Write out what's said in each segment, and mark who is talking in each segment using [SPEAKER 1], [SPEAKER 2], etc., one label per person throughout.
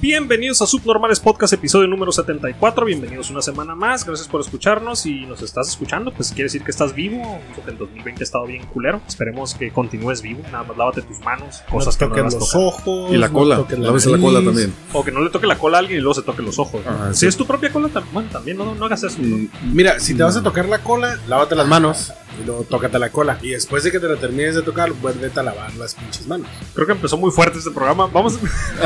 [SPEAKER 1] Bienvenidos a Subnormales Podcast, episodio número 74. Bienvenidos una semana más. Gracias por escucharnos. Si nos estás escuchando, pues quiere decir que estás vivo. Porque el 2020 ha estado bien culero. Esperemos que continúes vivo. Nada más lávate tus manos, cosas
[SPEAKER 2] no
[SPEAKER 1] que no
[SPEAKER 2] toques
[SPEAKER 1] debas
[SPEAKER 2] los
[SPEAKER 1] tocar.
[SPEAKER 2] ojos.
[SPEAKER 3] Y la
[SPEAKER 2] no
[SPEAKER 3] cola,
[SPEAKER 2] toques
[SPEAKER 3] la la cola
[SPEAKER 2] nariz.
[SPEAKER 3] también.
[SPEAKER 1] O que no le toque la cola a alguien y luego se toque los ojos. ¿no?
[SPEAKER 2] Ah,
[SPEAKER 3] Ajá,
[SPEAKER 1] si
[SPEAKER 3] sí.
[SPEAKER 1] es tu propia cola, tam- bueno, también no, no hagas eso. ¿no?
[SPEAKER 2] Mm, Mira, si te vas a tocar la cola, lávate las manos y luego tócate la cola. Y después de que te la termines de tocar, vuélvete a lavar las pinches manos.
[SPEAKER 1] Creo que empezó muy fuerte este programa. Vamos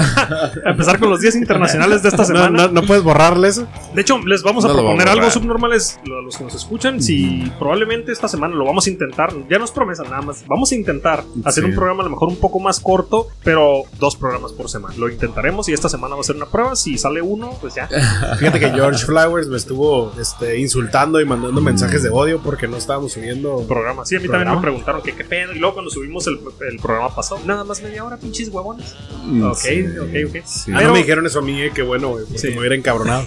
[SPEAKER 1] a empezar con los días internacionales de esta semana.
[SPEAKER 2] puedes borrarle eso.
[SPEAKER 1] De hecho, les vamos a
[SPEAKER 3] No lo
[SPEAKER 1] proponer
[SPEAKER 3] vamos a
[SPEAKER 1] algo
[SPEAKER 3] borrar.
[SPEAKER 1] subnormales a los que nos escuchan. Si probablemente esta semana lo vamos a intentar, ya nos promesa nada más. Vamos a intentar hacer
[SPEAKER 3] Sí.
[SPEAKER 1] un programa a lo mejor un poco más corto, pero dos programas por semana. Lo intentaremos y esta semana va a ser una prueba. Si sale uno, pues ya.
[SPEAKER 3] Eh,
[SPEAKER 2] Fíjate que George Flowers me estuvo este, insultando y mandando mensajes de odio porque no estábamos subiendo.
[SPEAKER 1] programa. Sí, a mí también
[SPEAKER 2] ¿Programa?
[SPEAKER 1] me preguntaron que qué pedo. Y luego cuando subimos el, el programa pasado, nada más media hora, pinches huevones. Ok, ok, ok.
[SPEAKER 3] Mm, Sí.
[SPEAKER 2] Ah,
[SPEAKER 1] Pero-
[SPEAKER 2] no me dijeron eso a mí, eh, qué bueno, güey, porque
[SPEAKER 1] Sí.
[SPEAKER 2] me hubiera encabronado.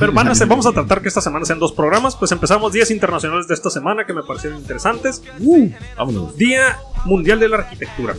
[SPEAKER 1] Pero van a ser- vamos a tratar que esta semana sean dos programas. Pues empezamos días internacionales de esta semana que me parecieron interesantes.
[SPEAKER 3] Uh, Vámonos.
[SPEAKER 1] Día Mundial de la Arquitectura.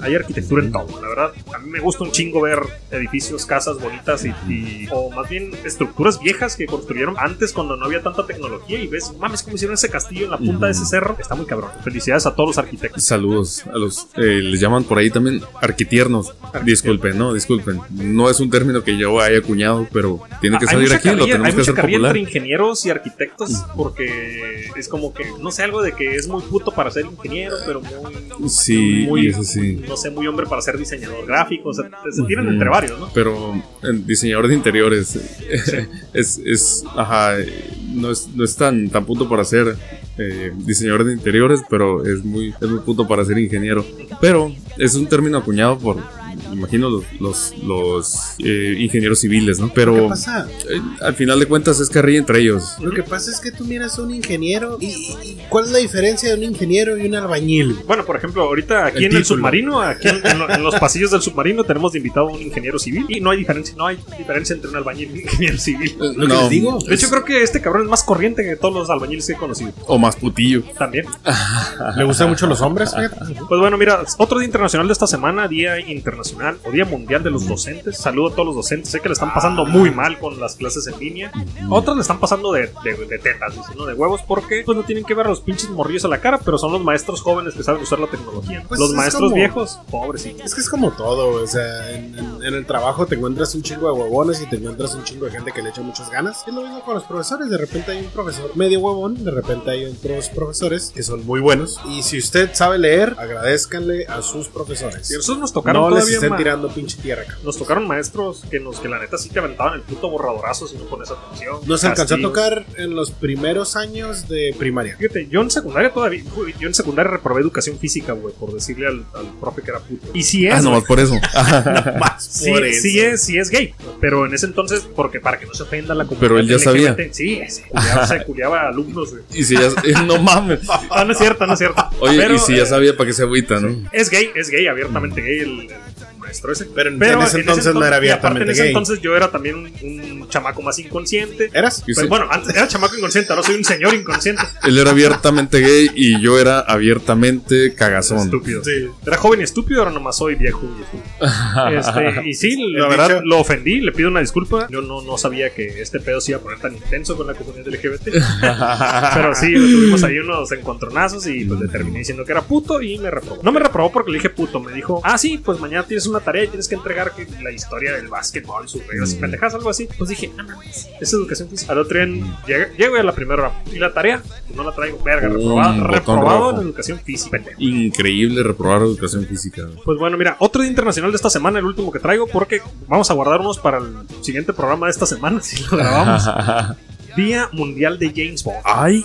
[SPEAKER 1] Hay arquitectura en todo, la verdad. A mí me gusta un chingo ver edificios, casas bonitas y, y- o más bien estructuras viejas que construyeron antes cuando no había tanta tecnología y ves, mames, cómo hicieron ese castillo en la punta de ese cerro. Está muy cabrón. Felicidades a todos los arquitectos.
[SPEAKER 3] Saludos a los. eh, les llaman por ahí también arquitiernos. Disculpen, no, disculpen. No es un término que yo haya acuñado, pero tiene que
[SPEAKER 1] Ah, Hay
[SPEAKER 3] salir
[SPEAKER 1] mucha
[SPEAKER 3] aquí. Lo
[SPEAKER 1] carrilla- hay
[SPEAKER 3] tenemos que
[SPEAKER 1] mucha
[SPEAKER 3] hacer
[SPEAKER 1] carrilla
[SPEAKER 3] popular.
[SPEAKER 1] entre ingenieros y arquitectos porque es como que, no sé, algo de que es muy puto para ser ingeniero, pero muy...
[SPEAKER 3] Sí,
[SPEAKER 1] muy-
[SPEAKER 3] y eso sí.
[SPEAKER 1] No sé, muy hombre para ser diseñador gráfico. O sea, se tiran
[SPEAKER 3] Ujú.
[SPEAKER 1] entre varios, ¿no?
[SPEAKER 3] Pero el diseñador de interiores eh, es, es, ajá, eh, no es, no es tan, tan punto para ser eh, diseñador de interiores, pero es muy, es muy punto para ser ingeniero. Pero es un término acuñado por, me imagino, los, los, los, eh, ingenieros civiles, ¿no? Pero...
[SPEAKER 2] ¿Qué pasa?
[SPEAKER 3] Eh, al final de cuentas es carrilla entre ellos.
[SPEAKER 2] Lo que pasa es que tú miras a un ingeniero y, y- ¿cuál es la diferencia de un ingeniero y un albañil?
[SPEAKER 1] Bueno, por ejemplo, ahorita aquí
[SPEAKER 3] El
[SPEAKER 1] en el
[SPEAKER 3] título.
[SPEAKER 1] submarino, aquí en, en lo- en los pasillos del submarino, tenemos de invitado a un ingeniero civil y no hay diferencia, no hay diferencia entre un albañil y un ingeniero civil.
[SPEAKER 2] Lo que les digo.
[SPEAKER 1] De hecho, creo que este cabrón es más corriente que todos los albañiles que he conocido.
[SPEAKER 3] O más putillo.
[SPEAKER 1] También.
[SPEAKER 2] ¿Le gustan mucho los hombres? fíjate?
[SPEAKER 1] Pues bueno, mira, otro día internacional de esta semana, Día Internacional o Día Mundial de los Docentes. Saludo a todos los docentes. Sé que le están pasando muy mal con las clases en línea. Otras le están pasando de, de, de tetas, dicen, ¿no? de huevos, porque pues no tienen que ver a los pinches morrillos a la cara, pero son los maestros jóvenes que saben usar la tecnología. ¿no?
[SPEAKER 2] Pues
[SPEAKER 1] los
[SPEAKER 2] es
[SPEAKER 1] maestros
[SPEAKER 2] como-
[SPEAKER 1] viejos, pobrecitos.
[SPEAKER 2] Es que es como todo, o sea, en, en- en el trabajo te encuentras un chingo de huevones y te encuentras un chingo de gente que le echa muchas ganas. Es lo mismo con los profesores, de repente hay un profesor medio huevón, de repente hay otros profesores que son muy buenos. Y si usted sabe leer, agradezcanle a sus profesores.
[SPEAKER 1] Y a nosotros nos tocaron
[SPEAKER 2] No les
[SPEAKER 1] todavía
[SPEAKER 2] estén
[SPEAKER 1] ma-
[SPEAKER 2] tirando pinche tierra, cabrón.
[SPEAKER 1] Nos tocaron maestros que nos que la neta sí te aventaban el puto borradorazo si no pones atención.
[SPEAKER 2] Nos alcanzó a
[SPEAKER 1] Castigos.
[SPEAKER 2] tocar en los primeros años de primaria.
[SPEAKER 1] Fíjate, yo en secundaria todavía. güey, Yo en secundaria reprobé educación física, güey, por decirle al, al profe que era puto. Y si es.
[SPEAKER 3] Ah, nomás
[SPEAKER 1] güey,
[SPEAKER 3] por eso.
[SPEAKER 1] sí,
[SPEAKER 2] por eso.
[SPEAKER 1] sí es, sí es gay. Pero en ese entonces, porque para que no se ofenda la comunidad.
[SPEAKER 3] Pero él ya sabía.
[SPEAKER 1] LGBT, Sí, se culiaba, se culiaba a alumnos, güey. Ah,
[SPEAKER 3] y si ya. eh, no mames.
[SPEAKER 1] No, no es cierto, no es cierto.
[SPEAKER 3] Oye,
[SPEAKER 1] Pero,
[SPEAKER 3] y si ya
[SPEAKER 1] eh,
[SPEAKER 3] sabía para qué se agüita, ¿no?
[SPEAKER 1] Es gay, es gay, abiertamente gay el, el maestro ese.
[SPEAKER 2] Pero en, en ese entonces no era
[SPEAKER 1] y aparte, en
[SPEAKER 2] abiertamente
[SPEAKER 1] ese
[SPEAKER 2] gay.
[SPEAKER 1] entonces yo era también un, un chamaco más inconsciente.
[SPEAKER 2] ¿Eras?
[SPEAKER 3] Y
[SPEAKER 1] Pues
[SPEAKER 3] sí,
[SPEAKER 1] bueno, antes era chamaco inconsciente, ahora soy un señor inconsciente.
[SPEAKER 3] Él era abiertamente gay y yo era abiertamente cagazón.
[SPEAKER 1] Estúpido. Era joven y estúpido, ahora nomás soy viejo. y estúpido. Este, y sí, la
[SPEAKER 2] El
[SPEAKER 1] verdad
[SPEAKER 2] dicho.
[SPEAKER 1] lo ofendí, le pido una disculpa. Yo no, no sabía que este pedo se iba a poner tan intenso con la comunidad LGBT. pero sí, tuvimos ahí unos encontronazos y pues le terminé diciendo que era puto y me reprobó. No me reprobó porque le dije puto, me dijo, ah, sí, pues mañana tienes una tarea y tienes que entregar que la historia del básquetbol, sus
[SPEAKER 3] Mm.
[SPEAKER 1] reglas y pendejadas, algo así. Pues dije, ah, mames, es educación física. Al otro día en- llega- llego a la primera hora y la tarea, pues, no la traigo, verga,
[SPEAKER 3] Mm. Un
[SPEAKER 1] reprobado,
[SPEAKER 3] botón
[SPEAKER 1] reprobado en
[SPEAKER 3] rojo.
[SPEAKER 1] educación física. pendejo.
[SPEAKER 3] Increíble reprobar educación física.
[SPEAKER 1] Pues bueno, mira, otro día internacional de esta semana, el último que traigo, porque vamos a guardar unos para el siguiente programa de esta semana, si lo grabamos. Día Mundial de James Bond.
[SPEAKER 3] Ay,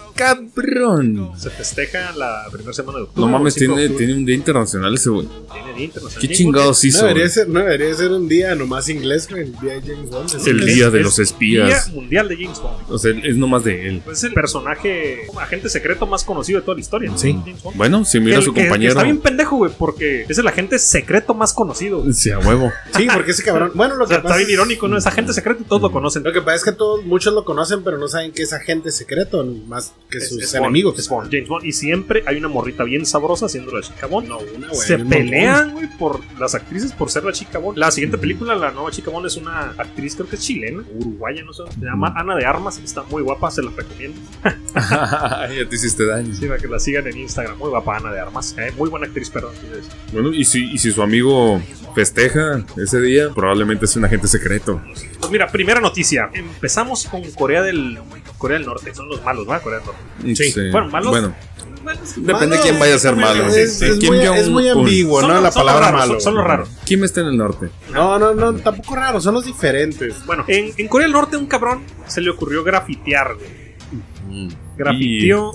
[SPEAKER 3] cabrón.
[SPEAKER 1] Se festeja la primera semana de octubre.
[SPEAKER 3] No mames,
[SPEAKER 1] el cinco de
[SPEAKER 3] tiene,
[SPEAKER 1] octubre.
[SPEAKER 3] tiene un día internacional ese güey.
[SPEAKER 1] Tiene Día Internacional.
[SPEAKER 3] Qué
[SPEAKER 1] James
[SPEAKER 3] chingados
[SPEAKER 2] No
[SPEAKER 3] hizo.
[SPEAKER 2] debería,
[SPEAKER 3] güey?
[SPEAKER 2] ser, no debería ser un día nomás inglés, güey, el día de James Bond. Es
[SPEAKER 3] El
[SPEAKER 1] Bond.
[SPEAKER 2] inglés.
[SPEAKER 3] día de
[SPEAKER 1] Es
[SPEAKER 3] los espías.
[SPEAKER 1] Día Mundial de James Bond.
[SPEAKER 3] O sea, es nomás de él.
[SPEAKER 1] Pues es el personaje, agente secreto más conocido de toda la historia. ¿no?
[SPEAKER 2] Sí.
[SPEAKER 1] James Bond.
[SPEAKER 3] Bueno, si
[SPEAKER 1] Que
[SPEAKER 3] mira a
[SPEAKER 1] el-
[SPEAKER 3] su
[SPEAKER 1] que- que
[SPEAKER 3] compañero.
[SPEAKER 1] está bien pendejo, güey, porque es el agente secreto más conocido. O
[SPEAKER 3] Sí, a huevo.
[SPEAKER 2] Sí, porque ese cabrón. Bueno, lo que
[SPEAKER 1] sea, está
[SPEAKER 2] pasa
[SPEAKER 1] bien
[SPEAKER 2] es-
[SPEAKER 3] Mm.
[SPEAKER 1] irónico, ¿no? Es agente secreto y todos lo conocen.
[SPEAKER 2] Lo que pasa es que todos, muchos lo conocen, pero pero no saben que es agente secreto, más que
[SPEAKER 1] Es-
[SPEAKER 2] sus
[SPEAKER 1] es Bond,
[SPEAKER 2] enemigos.
[SPEAKER 1] es Bond, James Bond. Y siempre hay una morrita bien sabrosa haciendo la chica Bond.
[SPEAKER 2] No, una, güey,
[SPEAKER 1] Se
[SPEAKER 2] un
[SPEAKER 1] pelean, güey, por las actrices por ser la chica Bond. La siguiente película, la nueva chica Bond, es una actriz, creo que es chilena, uruguaya, no sé. Se llama Ana de Armas, está muy guapa, se la recomiendo.
[SPEAKER 3] ya te hiciste daño.
[SPEAKER 1] Sí, para que la sigan en Instagram, muy guapa Ana de Armas. eh, muy buena actriz, perdón. quiero decir.
[SPEAKER 3] Bueno, y si, y si su amigo festeja ese día, probablemente es un agente secreto.
[SPEAKER 1] Pues mira, primera noticia. Empezamos con Corea del, Corea del Norte. Son los malos, ¿verdad? Corea del Norte.
[SPEAKER 3] Sí.
[SPEAKER 1] Bueno, malos.
[SPEAKER 3] Bueno,
[SPEAKER 1] Malos.
[SPEAKER 3] depende
[SPEAKER 2] Malo,
[SPEAKER 3] de quién vaya a ser malo.
[SPEAKER 2] Es, es
[SPEAKER 3] Sí. Kim
[SPEAKER 2] muy,
[SPEAKER 3] Jong-un.
[SPEAKER 2] es muy ambiguo,
[SPEAKER 1] pues, Son
[SPEAKER 2] ¿no?
[SPEAKER 1] los-
[SPEAKER 2] La
[SPEAKER 1] son los
[SPEAKER 2] palabra
[SPEAKER 1] raros,
[SPEAKER 2] malo.
[SPEAKER 1] son los raros.
[SPEAKER 3] Kim está en el norte.
[SPEAKER 2] No, no, no, tampoco raros, son los diferentes.
[SPEAKER 1] Bueno, en, en Corea del Norte a un cabrón se le ocurrió grafitear, güey. Grafiteó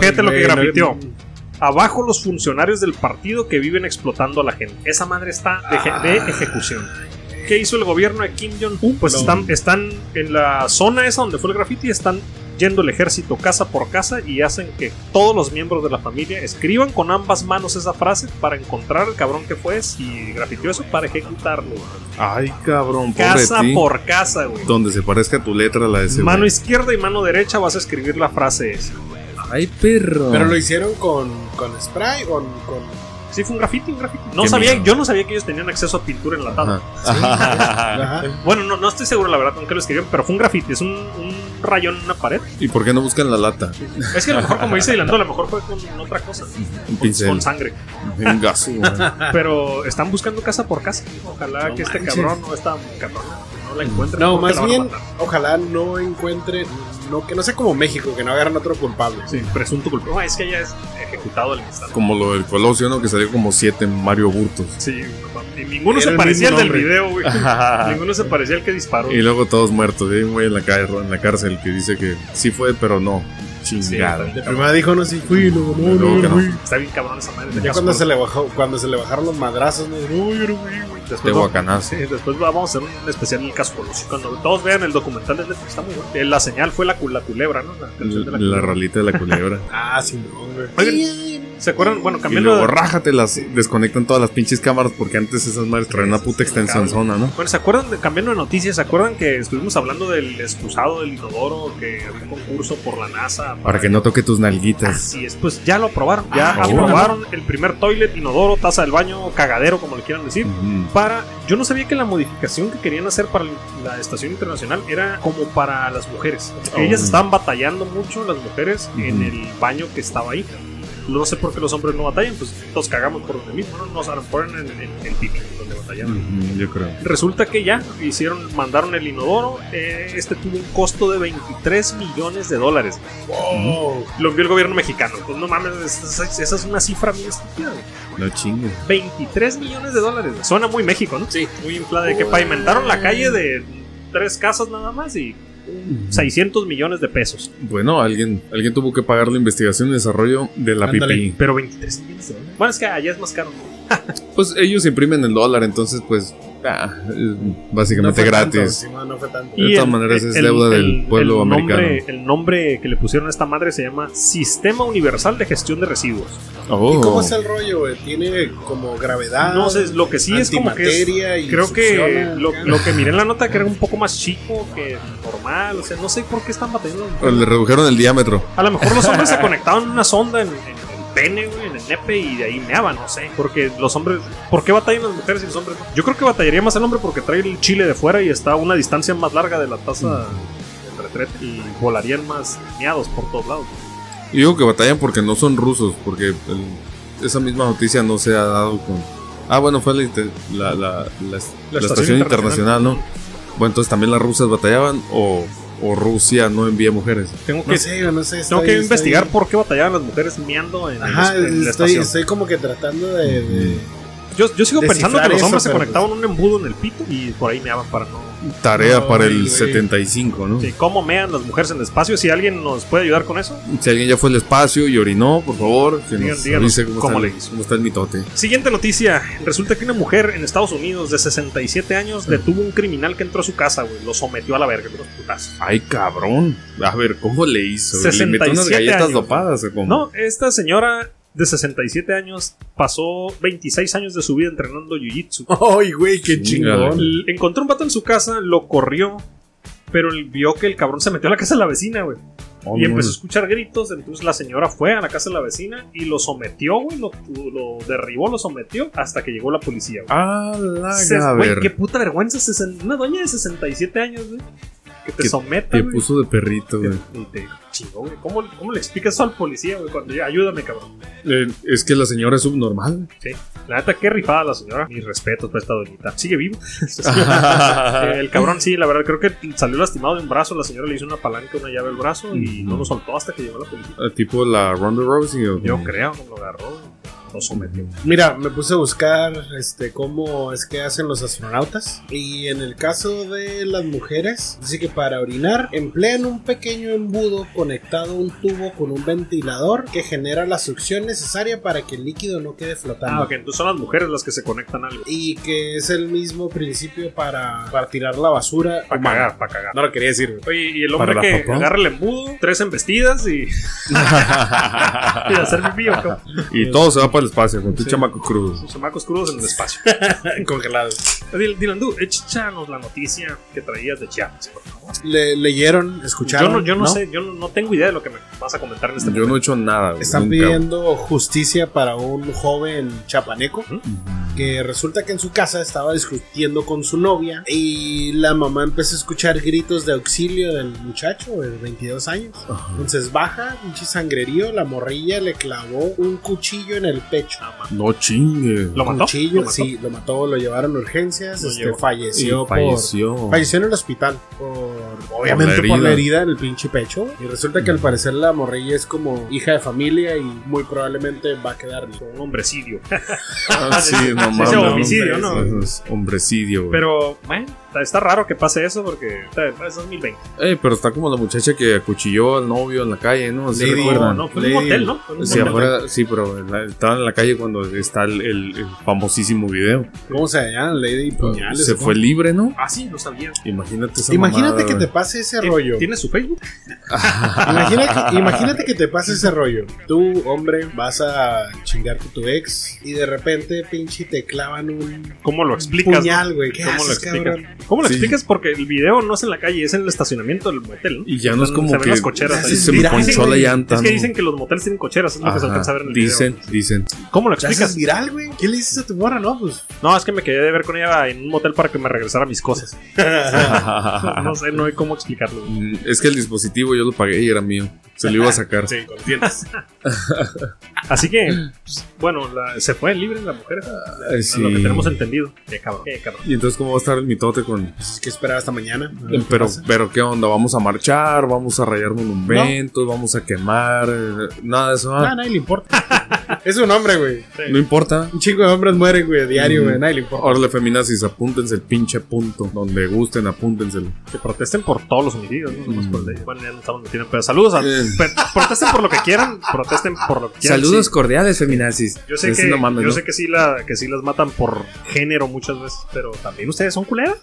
[SPEAKER 1] Fíjate lo que
[SPEAKER 2] Güey, no-
[SPEAKER 1] grafiteó. abajo los funcionarios del partido que viven explotando a la gente. Esa madre está de, eje- de ejecución. ¿Qué hizo el gobierno de Kim
[SPEAKER 3] Uh,
[SPEAKER 1] Jong-un? Pues
[SPEAKER 2] No.
[SPEAKER 1] están, están en la zona esa donde fue el graffiti, están yendo el ejército casa por casa y hacen que todos los miembros de la familia escriban con ambas manos esa frase para encontrar al cabrón que fue y grafiteó eso para ejecutarlo.
[SPEAKER 3] Ay, cabrón, pobre
[SPEAKER 1] Casa
[SPEAKER 3] de ti.
[SPEAKER 1] por casa, güey.
[SPEAKER 3] Donde se parezca a tu letra a la de ese.
[SPEAKER 1] Mano
[SPEAKER 3] güey.
[SPEAKER 1] izquierda y mano derecha vas a escribir la frase esa.
[SPEAKER 3] Ay, perro.
[SPEAKER 2] Pero lo hicieron con, con spray, con, con
[SPEAKER 1] Sí, fue un graffiti, un graffiti. No
[SPEAKER 3] Qué
[SPEAKER 1] sabía,
[SPEAKER 3] miedo.
[SPEAKER 1] yo no sabía que ellos tenían acceso a pintura enlatada. Ah,
[SPEAKER 3] Ajá.
[SPEAKER 2] ajá.
[SPEAKER 1] Bueno, no, no estoy seguro, la verdad, con qué lo escribieron, pero fue un graffiti, es un, un rayón en una pared.
[SPEAKER 3] ¿Y por qué no buscan la lata?
[SPEAKER 1] Es que a lo mejor, como dice Dilando, a lo mejor fue con otra cosa,
[SPEAKER 3] Un
[SPEAKER 1] con,
[SPEAKER 3] pincel.
[SPEAKER 1] con sangre.
[SPEAKER 3] Un gaso, güey.
[SPEAKER 2] Ah.
[SPEAKER 1] Pero están buscando casa por casa. Ojalá
[SPEAKER 2] No
[SPEAKER 1] que este
[SPEAKER 2] manches.
[SPEAKER 1] cabrón o esta cabrona no la encuentre.
[SPEAKER 2] No,
[SPEAKER 1] porque la
[SPEAKER 2] más
[SPEAKER 1] van a
[SPEAKER 2] bien,
[SPEAKER 1] matar.
[SPEAKER 2] ojalá no encuentren, no, que no sea como México, que no agarren otro culpable.
[SPEAKER 1] Sí, presunto culpable. No, es que ella es ejecutado al instante.
[SPEAKER 3] Como lo del Colosio, ¿no? Que salió como siete Mario Burtos.
[SPEAKER 1] Sí, no mames. y ninguno
[SPEAKER 2] Era
[SPEAKER 1] se
[SPEAKER 2] el
[SPEAKER 1] parecía al
[SPEAKER 2] mismo
[SPEAKER 1] del video,
[SPEAKER 2] nombre.
[SPEAKER 1] güey. ninguno se parecía al que disparó.
[SPEAKER 3] y luego todos muertos. Y hay un güey en la, ca- en la cárcel que dice que sí fue, pero no. Chingado.
[SPEAKER 2] De primera dijo, no, sí fui, no, no,
[SPEAKER 3] Y luego que
[SPEAKER 2] no,
[SPEAKER 3] no.
[SPEAKER 2] fui.
[SPEAKER 1] Está bien cabrón esa madre.
[SPEAKER 2] Ya cuando se, le bajó, cuando se le bajaron los madrazos, no, no, yo no fui, güey.
[SPEAKER 1] Después
[SPEAKER 3] de
[SPEAKER 1] va-
[SPEAKER 3] guacanazo.
[SPEAKER 1] Sí, después vamos a hacer un especial en el caso Colosio. Cuando todos vean el documental de Netflix, está muy bueno. Eh, La señal fue la, cu- la culebra, ¿no? La canción de la
[SPEAKER 3] La,
[SPEAKER 1] culebra.
[SPEAKER 3] rolita de la culebra.
[SPEAKER 2] Ah, sí, no, güey.
[SPEAKER 1] Oigan, ¿se acuerdan? Bueno,
[SPEAKER 3] y
[SPEAKER 1] cambiando
[SPEAKER 3] luego
[SPEAKER 1] de...
[SPEAKER 3] rájatelas. Desconectan todas las pinches cámaras porque antes esas madres traían una puta extensión zona, ¿no?
[SPEAKER 1] Bueno, ¿se acuerdan? de- cambiando de noticias, ¿se acuerdan que estuvimos hablando del excusado del inodoro? Que había un concurso por la NASA.
[SPEAKER 3] Para que no toque tus nalguitas.
[SPEAKER 1] Así es, pues ya lo aprobaron. Ya
[SPEAKER 3] Ah, qué bueno.
[SPEAKER 1] aprobaron el primer toilet, inodoro, taza del baño, cagadero, como le
[SPEAKER 2] Ah,
[SPEAKER 1] quieran decir.
[SPEAKER 3] Ujú.
[SPEAKER 1] para. Yo no sabía que la modificación que querían hacer para la estación internacional era como para las mujeres. Porque
[SPEAKER 3] Oh.
[SPEAKER 1] Ellas estaban batallando mucho, las mujeres, en
[SPEAKER 3] Ujú.
[SPEAKER 1] el baño que estaba ahí. No sé por qué los hombres no batallan, pues todos cagamos por donde mismo, ¿no? Nos ponen en, en, en pipí, donde batallaban.
[SPEAKER 3] Ujú, Yo creo.
[SPEAKER 1] Resulta que ya hicieron, mandaron el inodoro. eh, este tuvo un costo de 23 millones de dólares.
[SPEAKER 2] Wow.
[SPEAKER 1] Lo envió el gobierno mexicano. Pues no mames, esa, esa es una cifra bien estúpida. güey.
[SPEAKER 3] No chingues.
[SPEAKER 1] 23 millones de dólares. Suena muy México, ¿no? Sí. Muy inflada. De que pavimentaron la calle de tres casas nada más y
[SPEAKER 3] Mm.
[SPEAKER 1] 600 millones de pesos.
[SPEAKER 3] Bueno, alguien, alguien tuvo que pagar la investigación y desarrollo de la
[SPEAKER 2] Ándale.
[SPEAKER 3] pipí.
[SPEAKER 1] Pero 23 millones de dólares. Bueno, es que allá es más caro. ¿no?
[SPEAKER 3] Pues ellos imprimen el dólar, entonces pues ah, es
[SPEAKER 2] No
[SPEAKER 3] básicamente
[SPEAKER 2] fue tanto,
[SPEAKER 3] gratis.
[SPEAKER 2] sí, no, no fue tanto.
[SPEAKER 3] De todas maneras, es deuda del pueblo
[SPEAKER 1] nombre-
[SPEAKER 3] americano.
[SPEAKER 1] el nombre que le pusieron a esta madre se llama Sistema Universal de Gestión de Residuos.
[SPEAKER 3] Oh.
[SPEAKER 2] ¿Y cómo es el rollo, güey? Tiene como gravedad.
[SPEAKER 1] No sé, lo que sí es como que es-
[SPEAKER 2] Ah, antimateria y
[SPEAKER 1] Creo que
[SPEAKER 2] succiona,
[SPEAKER 1] lo,
[SPEAKER 2] acá.
[SPEAKER 1] lo que miré en la nota que era un poco más chico que normal. O sea, no sé por qué están batallando.
[SPEAKER 3] Le redujeron el diámetro.
[SPEAKER 1] A lo mejor los hombres se conectaban en una sonda en, en el pene, güey, en el nepe y de ahí meaban, no sé. Porque los hombres. ¿Por qué batallan las mujeres y los hombres no? Yo creo que batallaría más el hombre porque trae el chile de fuera y está a una distancia más larga de la taza del retrete y volarían más meados por todos lados.
[SPEAKER 3] Yo digo que batallan porque no son rusos, porque el- esa misma noticia no se ha dado con... Ah, bueno, fue la, inter- la, la- la- la estación internacional, ¿no? Bueno, entonces también las rusas batallaban o, o Rusia no envía mujeres.
[SPEAKER 1] Tengo que,
[SPEAKER 2] No sé, güey, no sé.
[SPEAKER 1] tengo
[SPEAKER 2] estoy-
[SPEAKER 1] que
[SPEAKER 2] estoy-
[SPEAKER 1] investigar por qué batallaban las mujeres meando en, el-
[SPEAKER 2] Ajá,
[SPEAKER 1] en la
[SPEAKER 2] estoy,
[SPEAKER 1] estación.
[SPEAKER 2] estoy como que tratando de. de-
[SPEAKER 1] yo, yo sigo pensando que
[SPEAKER 2] descifrar
[SPEAKER 1] los
[SPEAKER 2] eso,
[SPEAKER 1] hombres se
[SPEAKER 2] pero
[SPEAKER 1] conectaban un embudo en el pito y por ahí meaban para no.
[SPEAKER 3] Tarea
[SPEAKER 2] No,
[SPEAKER 3] para el
[SPEAKER 2] güey.
[SPEAKER 3] 75,
[SPEAKER 2] Mm.
[SPEAKER 3] ¿no?
[SPEAKER 1] Sí, ¿Cómo mean las mujeres en el espacio? Si alguien nos puede ayudar con eso.
[SPEAKER 3] Si alguien ya fue al espacio y orinó, por favor, que
[SPEAKER 1] Digan-
[SPEAKER 3] nos
[SPEAKER 1] díganos
[SPEAKER 3] avise cómo,
[SPEAKER 1] cómo
[SPEAKER 3] está,
[SPEAKER 1] le
[SPEAKER 3] el,
[SPEAKER 1] hizo.
[SPEAKER 3] cómo está el mitote.
[SPEAKER 1] Siguiente noticia. Resulta que una mujer en Estados Unidos de 67
[SPEAKER 2] Mm.
[SPEAKER 1] años detuvo a un criminal que entró a su casa, güey. Lo sometió a la verga, los putazos.
[SPEAKER 3] Ay, cabrón. A ver, ¿cómo le hizo? ¿Le metió unas
[SPEAKER 1] 67
[SPEAKER 3] galletas
[SPEAKER 1] años.
[SPEAKER 3] dopadas eh, o cómo?
[SPEAKER 1] No, esta señora de 67 años pasó 26 años de su vida entrenando jiu-jitsu.
[SPEAKER 2] Ay, güey, Ah, qué
[SPEAKER 3] Chingale.
[SPEAKER 2] chingón.
[SPEAKER 1] L- Encontró un vato en su casa, lo corrió, pero él vio que el cabrón se metió a la casa de la vecina, güey.
[SPEAKER 3] Oh,
[SPEAKER 1] y
[SPEAKER 3] no
[SPEAKER 1] empezó a
[SPEAKER 3] mames.
[SPEAKER 1] escuchar gritos, entonces la señora fue a la casa de la vecina y lo sometió, güey, lo, lo derribó, lo sometió hasta que llegó la policía, güey.
[SPEAKER 3] Ah, la
[SPEAKER 1] Se- Güey,
[SPEAKER 3] gaber.
[SPEAKER 1] qué puta vergüenza, sesen- una doña de 67 años, güey, que te
[SPEAKER 3] Que
[SPEAKER 1] someta,
[SPEAKER 3] Te
[SPEAKER 1] güey.
[SPEAKER 3] puso de perrito, güey.
[SPEAKER 1] Y te chingó, güey. ¿Cómo, ¿Cómo le explicas eso al policía, güey? Cuando llega, ayúdame, cabrón.
[SPEAKER 3] Eh, es que la señora es subnormal.
[SPEAKER 1] La neta, qué rifada la señora. Mis respetos para esta doñita. Sigue vivo. Eh, el cabrón, sí, la verdad, creo que salió lastimado de un brazo. La señora le hizo una palanca, una llave al brazo y no lo soltó hasta que llegó la policía.
[SPEAKER 3] Ah, tipo la Ronda Rousey. ¿o
[SPEAKER 1] Yo
[SPEAKER 3] cómo?
[SPEAKER 1] creo que lo agarró, lo sometió.
[SPEAKER 2] Mira, me puse a buscar este cómo es que hacen los astronautas. Y en el caso de las mujeres, dice que para orinar emplean un pequeño embudo conectado a un tubo con un ventilador que genera la succión necesaria para que el líquido no quede flotando.
[SPEAKER 1] Ah, ok, entonces son las mujeres las que se conectan a algo.
[SPEAKER 2] Y que es el mismo principio para, para tirar la basura.
[SPEAKER 1] Para
[SPEAKER 2] humana.
[SPEAKER 1] cagar, para cagar.
[SPEAKER 2] No lo quería decir. güey.
[SPEAKER 1] Oye, y el
[SPEAKER 3] ¿Para
[SPEAKER 1] hombre
[SPEAKER 3] la
[SPEAKER 1] que
[SPEAKER 3] popó?
[SPEAKER 1] agarra el embudo, tres embestidas y, y hacer mi mío,
[SPEAKER 3] y todo se va para el espacio con tu chamaco crudo.
[SPEAKER 1] sus chamacos crudos en el espacio.
[SPEAKER 2] Congelado.
[SPEAKER 1] Dil- Dylan, Du, échanos la noticia que traías de Chiapas, por favor.
[SPEAKER 2] Le- leyeron,
[SPEAKER 1] Yo
[SPEAKER 2] escucharon.
[SPEAKER 1] no, yo no, sé, yo no, no tengo idea de lo que me vas a comentar en este
[SPEAKER 3] Yo no
[SPEAKER 1] momento.
[SPEAKER 3] he hecho nada. güey,
[SPEAKER 2] Están
[SPEAKER 3] nunca,
[SPEAKER 2] pidiendo justicia para un joven chapaneco
[SPEAKER 3] güey.
[SPEAKER 2] que resulta que en su casa estaba discutiendo con su novia y la mamá empezó a escuchar gritos de auxilio del muchacho de 22 años.
[SPEAKER 3] Ajá.
[SPEAKER 2] Entonces baja, pinche sangrerío, la morrilla le clavó un cuchillo en el pecho.
[SPEAKER 3] No chingue.
[SPEAKER 1] ¿Lo mató?
[SPEAKER 2] Cuchillo,
[SPEAKER 1] ¿Lo mató?
[SPEAKER 2] sí, lo mató, lo llevaron a urgencias,
[SPEAKER 1] Lo
[SPEAKER 2] este,
[SPEAKER 1] llevó.
[SPEAKER 3] Y
[SPEAKER 2] falleció, por-
[SPEAKER 3] falleció.
[SPEAKER 2] falleció en el hospital por obviamente por la, herida en el pinche pecho y resulta que al parecer la morrilla es como hija de familia y muy probablemente va a quedar
[SPEAKER 1] Fue Un hombrecidio.
[SPEAKER 3] Ah, sí, no
[SPEAKER 1] Sí,
[SPEAKER 3] mames.
[SPEAKER 1] sí, homicidio, ¿no?
[SPEAKER 3] Hombre- es- es Hombrecidio, güey.
[SPEAKER 1] Pero, bueno, está- está raro que pase eso porque está- es 2020.
[SPEAKER 3] Ey, Eh, pero está como la muchacha que acuchilló al novio en la calle, ¿no? ¿Se
[SPEAKER 2] Lady,
[SPEAKER 1] No,
[SPEAKER 3] recuerdan?
[SPEAKER 1] no, fue en un
[SPEAKER 2] Lady-
[SPEAKER 1] hotel, ¿no? Fue en un
[SPEAKER 3] Sí,
[SPEAKER 1] motel.
[SPEAKER 3] afuera, sí, pero en la- estaba en la calle cuando está el, el- el famosísimo video.
[SPEAKER 2] ¿Cómo se llama? Lady Puñales.
[SPEAKER 3] Se
[SPEAKER 2] ¿o
[SPEAKER 3] fue
[SPEAKER 2] cómo?
[SPEAKER 3] libre, ¿no?
[SPEAKER 1] Ah, sí, lo sabía.
[SPEAKER 3] Imagínate esa
[SPEAKER 2] Imagínate
[SPEAKER 3] mamada,
[SPEAKER 2] que te
[SPEAKER 3] güey.
[SPEAKER 2] pase ese rollo.
[SPEAKER 1] ¿Tiene su Facebook?
[SPEAKER 2] Imagina que- imagínate que te pase ese rollo. Tú, hombre, vas a chingar con tu ex y de repente, pinche, te clavan un
[SPEAKER 1] ¿Cómo lo explicas?
[SPEAKER 2] puñal, güey. ¿Qué
[SPEAKER 1] ¿Cómo lo
[SPEAKER 2] haces,
[SPEAKER 1] explicas?
[SPEAKER 2] cabrón?
[SPEAKER 1] ¿Cómo lo
[SPEAKER 3] Sí.
[SPEAKER 1] explicas? Porque el video no es en la calle, es en el estacionamiento del motel, ¿no?
[SPEAKER 3] Y ya no es
[SPEAKER 1] Se
[SPEAKER 3] como
[SPEAKER 1] ven
[SPEAKER 3] que
[SPEAKER 1] las cocheras ahí.
[SPEAKER 3] se me
[SPEAKER 2] Viral,
[SPEAKER 3] ponchó la
[SPEAKER 2] güey.
[SPEAKER 3] llanta.
[SPEAKER 1] Es que
[SPEAKER 3] ¿no?
[SPEAKER 1] dicen que los moteles tienen cocheras, es lo que se
[SPEAKER 3] Ajá,
[SPEAKER 1] alcanza a ver en el
[SPEAKER 3] Dicen, dicen.
[SPEAKER 1] video. ¿Cómo lo
[SPEAKER 2] ¿Te haces
[SPEAKER 1] explicas?
[SPEAKER 2] viral, güey? ¿Qué le dices a tu morra? No, pues.
[SPEAKER 1] No, es que me quedé de ver con ella en un motel para que me regresara mis cosas. No sé, no hay cómo explicarlo. güey.
[SPEAKER 3] Mm, es que el dispositivo yo lo pagué y era mío. Se lo iba a sacar.
[SPEAKER 2] Sí, con dientes.
[SPEAKER 1] Así que, pues, bueno, la- se fue libre la mujer, esa,
[SPEAKER 3] Ay,
[SPEAKER 1] es
[SPEAKER 3] Ah, sí.
[SPEAKER 1] lo que tenemos entendido. Qué cabrón, qué cabrón.
[SPEAKER 3] Y entonces, ¿cómo va a estar el mitote con.?
[SPEAKER 2] Pues es que esperar hasta mañana. a ver qué
[SPEAKER 3] Pero,
[SPEAKER 2] pasa.
[SPEAKER 3] pero, ¿qué onda? ¿Vamos a marchar? ¿Vamos a rayar monumentos? ¿Vamos a quemar? eh, Nada de eso. ¿ah?
[SPEAKER 2] Ah, a nadie le importa. es un hombre, güey.
[SPEAKER 3] No importa.
[SPEAKER 2] Un chingo de hombres mueren, güey, a diario,
[SPEAKER 3] Mm.
[SPEAKER 2] güey. a Nadie le importa.
[SPEAKER 3] Órale, feminazis, apúntense el pinche punto. Donde gusten, apúntenselo.
[SPEAKER 1] Que protesten por todos los homicidios, no nomás
[SPEAKER 3] Mm.
[SPEAKER 1] por el de ella. Bueno, ya no estamos metiendo, pero saludos. A,
[SPEAKER 3] Eh.
[SPEAKER 1] pe- protesten por lo que quieran, protesten por lo que quieran. sí.
[SPEAKER 3] cordiales, feminazis.
[SPEAKER 1] Yo sé, que, yo sé que sí la que sí las matan por género muchas veces, pero también ustedes son culeras.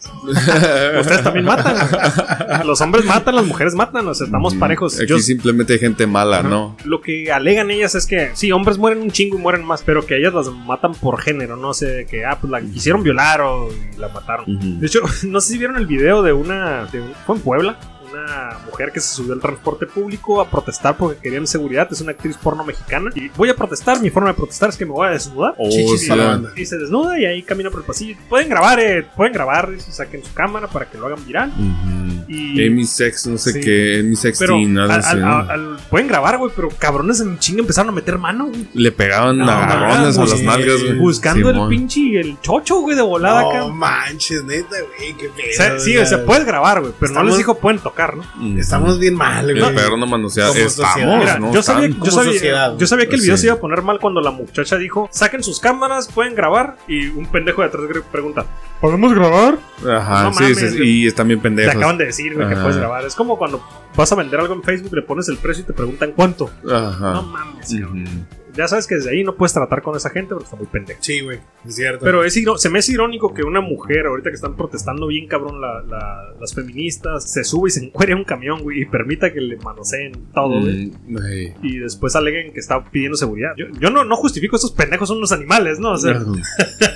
[SPEAKER 1] Ustedes también matan. güey. Los hombres matan, las mujeres matan, o sea, estamos parejos.
[SPEAKER 3] Mm, Aquí
[SPEAKER 1] Yo-
[SPEAKER 3] simplemente hay gente mala, ¿no?
[SPEAKER 1] lo que alegan ellas es que sí, hombres mueren un chingo y mueren más, pero que ellas las matan por género, no sé, de que ah, pues la quisieron violar o y la mataron. De hecho, no sé si vieron el video de una. de un- fue en Puebla. Una mujer que se subió al transporte público a protestar porque querían seguridad. Es una actriz porno mexicana. Y voy a protestar. Mi forma de protestar es que me voy a desnudar.
[SPEAKER 3] Oh,
[SPEAKER 2] Chichis
[SPEAKER 3] sí.
[SPEAKER 2] para la banda.
[SPEAKER 1] Y se desnuda y ahí camina por el pasillo. Pueden grabar, eh, pueden grabar. eh, Saquen su cámara para que lo hagan viral.
[SPEAKER 3] Ujú.
[SPEAKER 1] Y.
[SPEAKER 3] Amy Sex, no sé
[SPEAKER 1] Sí.
[SPEAKER 3] qué, Amy
[SPEAKER 1] pero
[SPEAKER 3] Sexteen, algo
[SPEAKER 1] al-
[SPEAKER 3] así,
[SPEAKER 1] al-
[SPEAKER 3] ¿no?
[SPEAKER 1] al- pueden grabar, güey, pero cabrones en chinga empezaron a meter mano, güey.
[SPEAKER 3] Le pegaban
[SPEAKER 1] No,
[SPEAKER 3] agarrones a
[SPEAKER 1] no,
[SPEAKER 3] las
[SPEAKER 1] sí.
[SPEAKER 3] nalgas, güey.
[SPEAKER 1] Buscando el
[SPEAKER 3] Simón.
[SPEAKER 1] pinche, el chocho, güey, de volada acá.
[SPEAKER 2] No manches, neta, güey. Qué pedo.
[SPEAKER 1] O sea, sí,
[SPEAKER 2] güey.
[SPEAKER 1] o sea, puedes grabar, güey, pero no
[SPEAKER 2] Estamos-
[SPEAKER 1] les dijo pueden tocar, ¿no?
[SPEAKER 3] Ujú.
[SPEAKER 2] Estamos bien mal,
[SPEAKER 3] Le
[SPEAKER 2] güey.
[SPEAKER 3] pegaron a manosear.
[SPEAKER 2] Como sociedad.
[SPEAKER 3] Estamos,
[SPEAKER 1] Mira,
[SPEAKER 3] ¿no?
[SPEAKER 1] yo, sabía,
[SPEAKER 3] Están. pues,
[SPEAKER 1] yo,
[SPEAKER 2] como
[SPEAKER 1] sabía,
[SPEAKER 2] sociedad,
[SPEAKER 1] yo sabía que el video
[SPEAKER 3] sí.
[SPEAKER 1] se iba a poner mal cuando la muchacha dijo, saquen sus cámaras, pueden grabar. Y un pendejo de atrás gr- pregunta, ¿podemos grabar?
[SPEAKER 3] Ajá,
[SPEAKER 1] No
[SPEAKER 3] sí,
[SPEAKER 1] mames,
[SPEAKER 3] sí, sí,
[SPEAKER 1] güey.
[SPEAKER 3] Y están bien
[SPEAKER 1] Te
[SPEAKER 3] pendejos.
[SPEAKER 1] acaban de decir, güey, que
[SPEAKER 3] Ajá.
[SPEAKER 1] puedes grabar. Es como cuando vas a vender algo en Facebook, le pones el precio y te preguntan cuánto.
[SPEAKER 3] Ajá.
[SPEAKER 1] No mames, cabrón.
[SPEAKER 3] Ujú.
[SPEAKER 1] ya sabes que desde ahí no puedes tratar con esa gente porque está muy pendeja.
[SPEAKER 2] Sí, güey, es cierto.
[SPEAKER 1] Pero es, iro- se me es irónico que una mujer, ahorita que están protestando bien cabrón la- la- las feministas, se sube y se encuere a un camión, güey, y permita que le manoseen todo, güey.
[SPEAKER 3] Mm, ay.
[SPEAKER 1] Y después aleguen que está pidiendo seguridad. Yo, yo no, no justifico, estos pendejos son unos animales, ¿no? O sea,
[SPEAKER 3] No.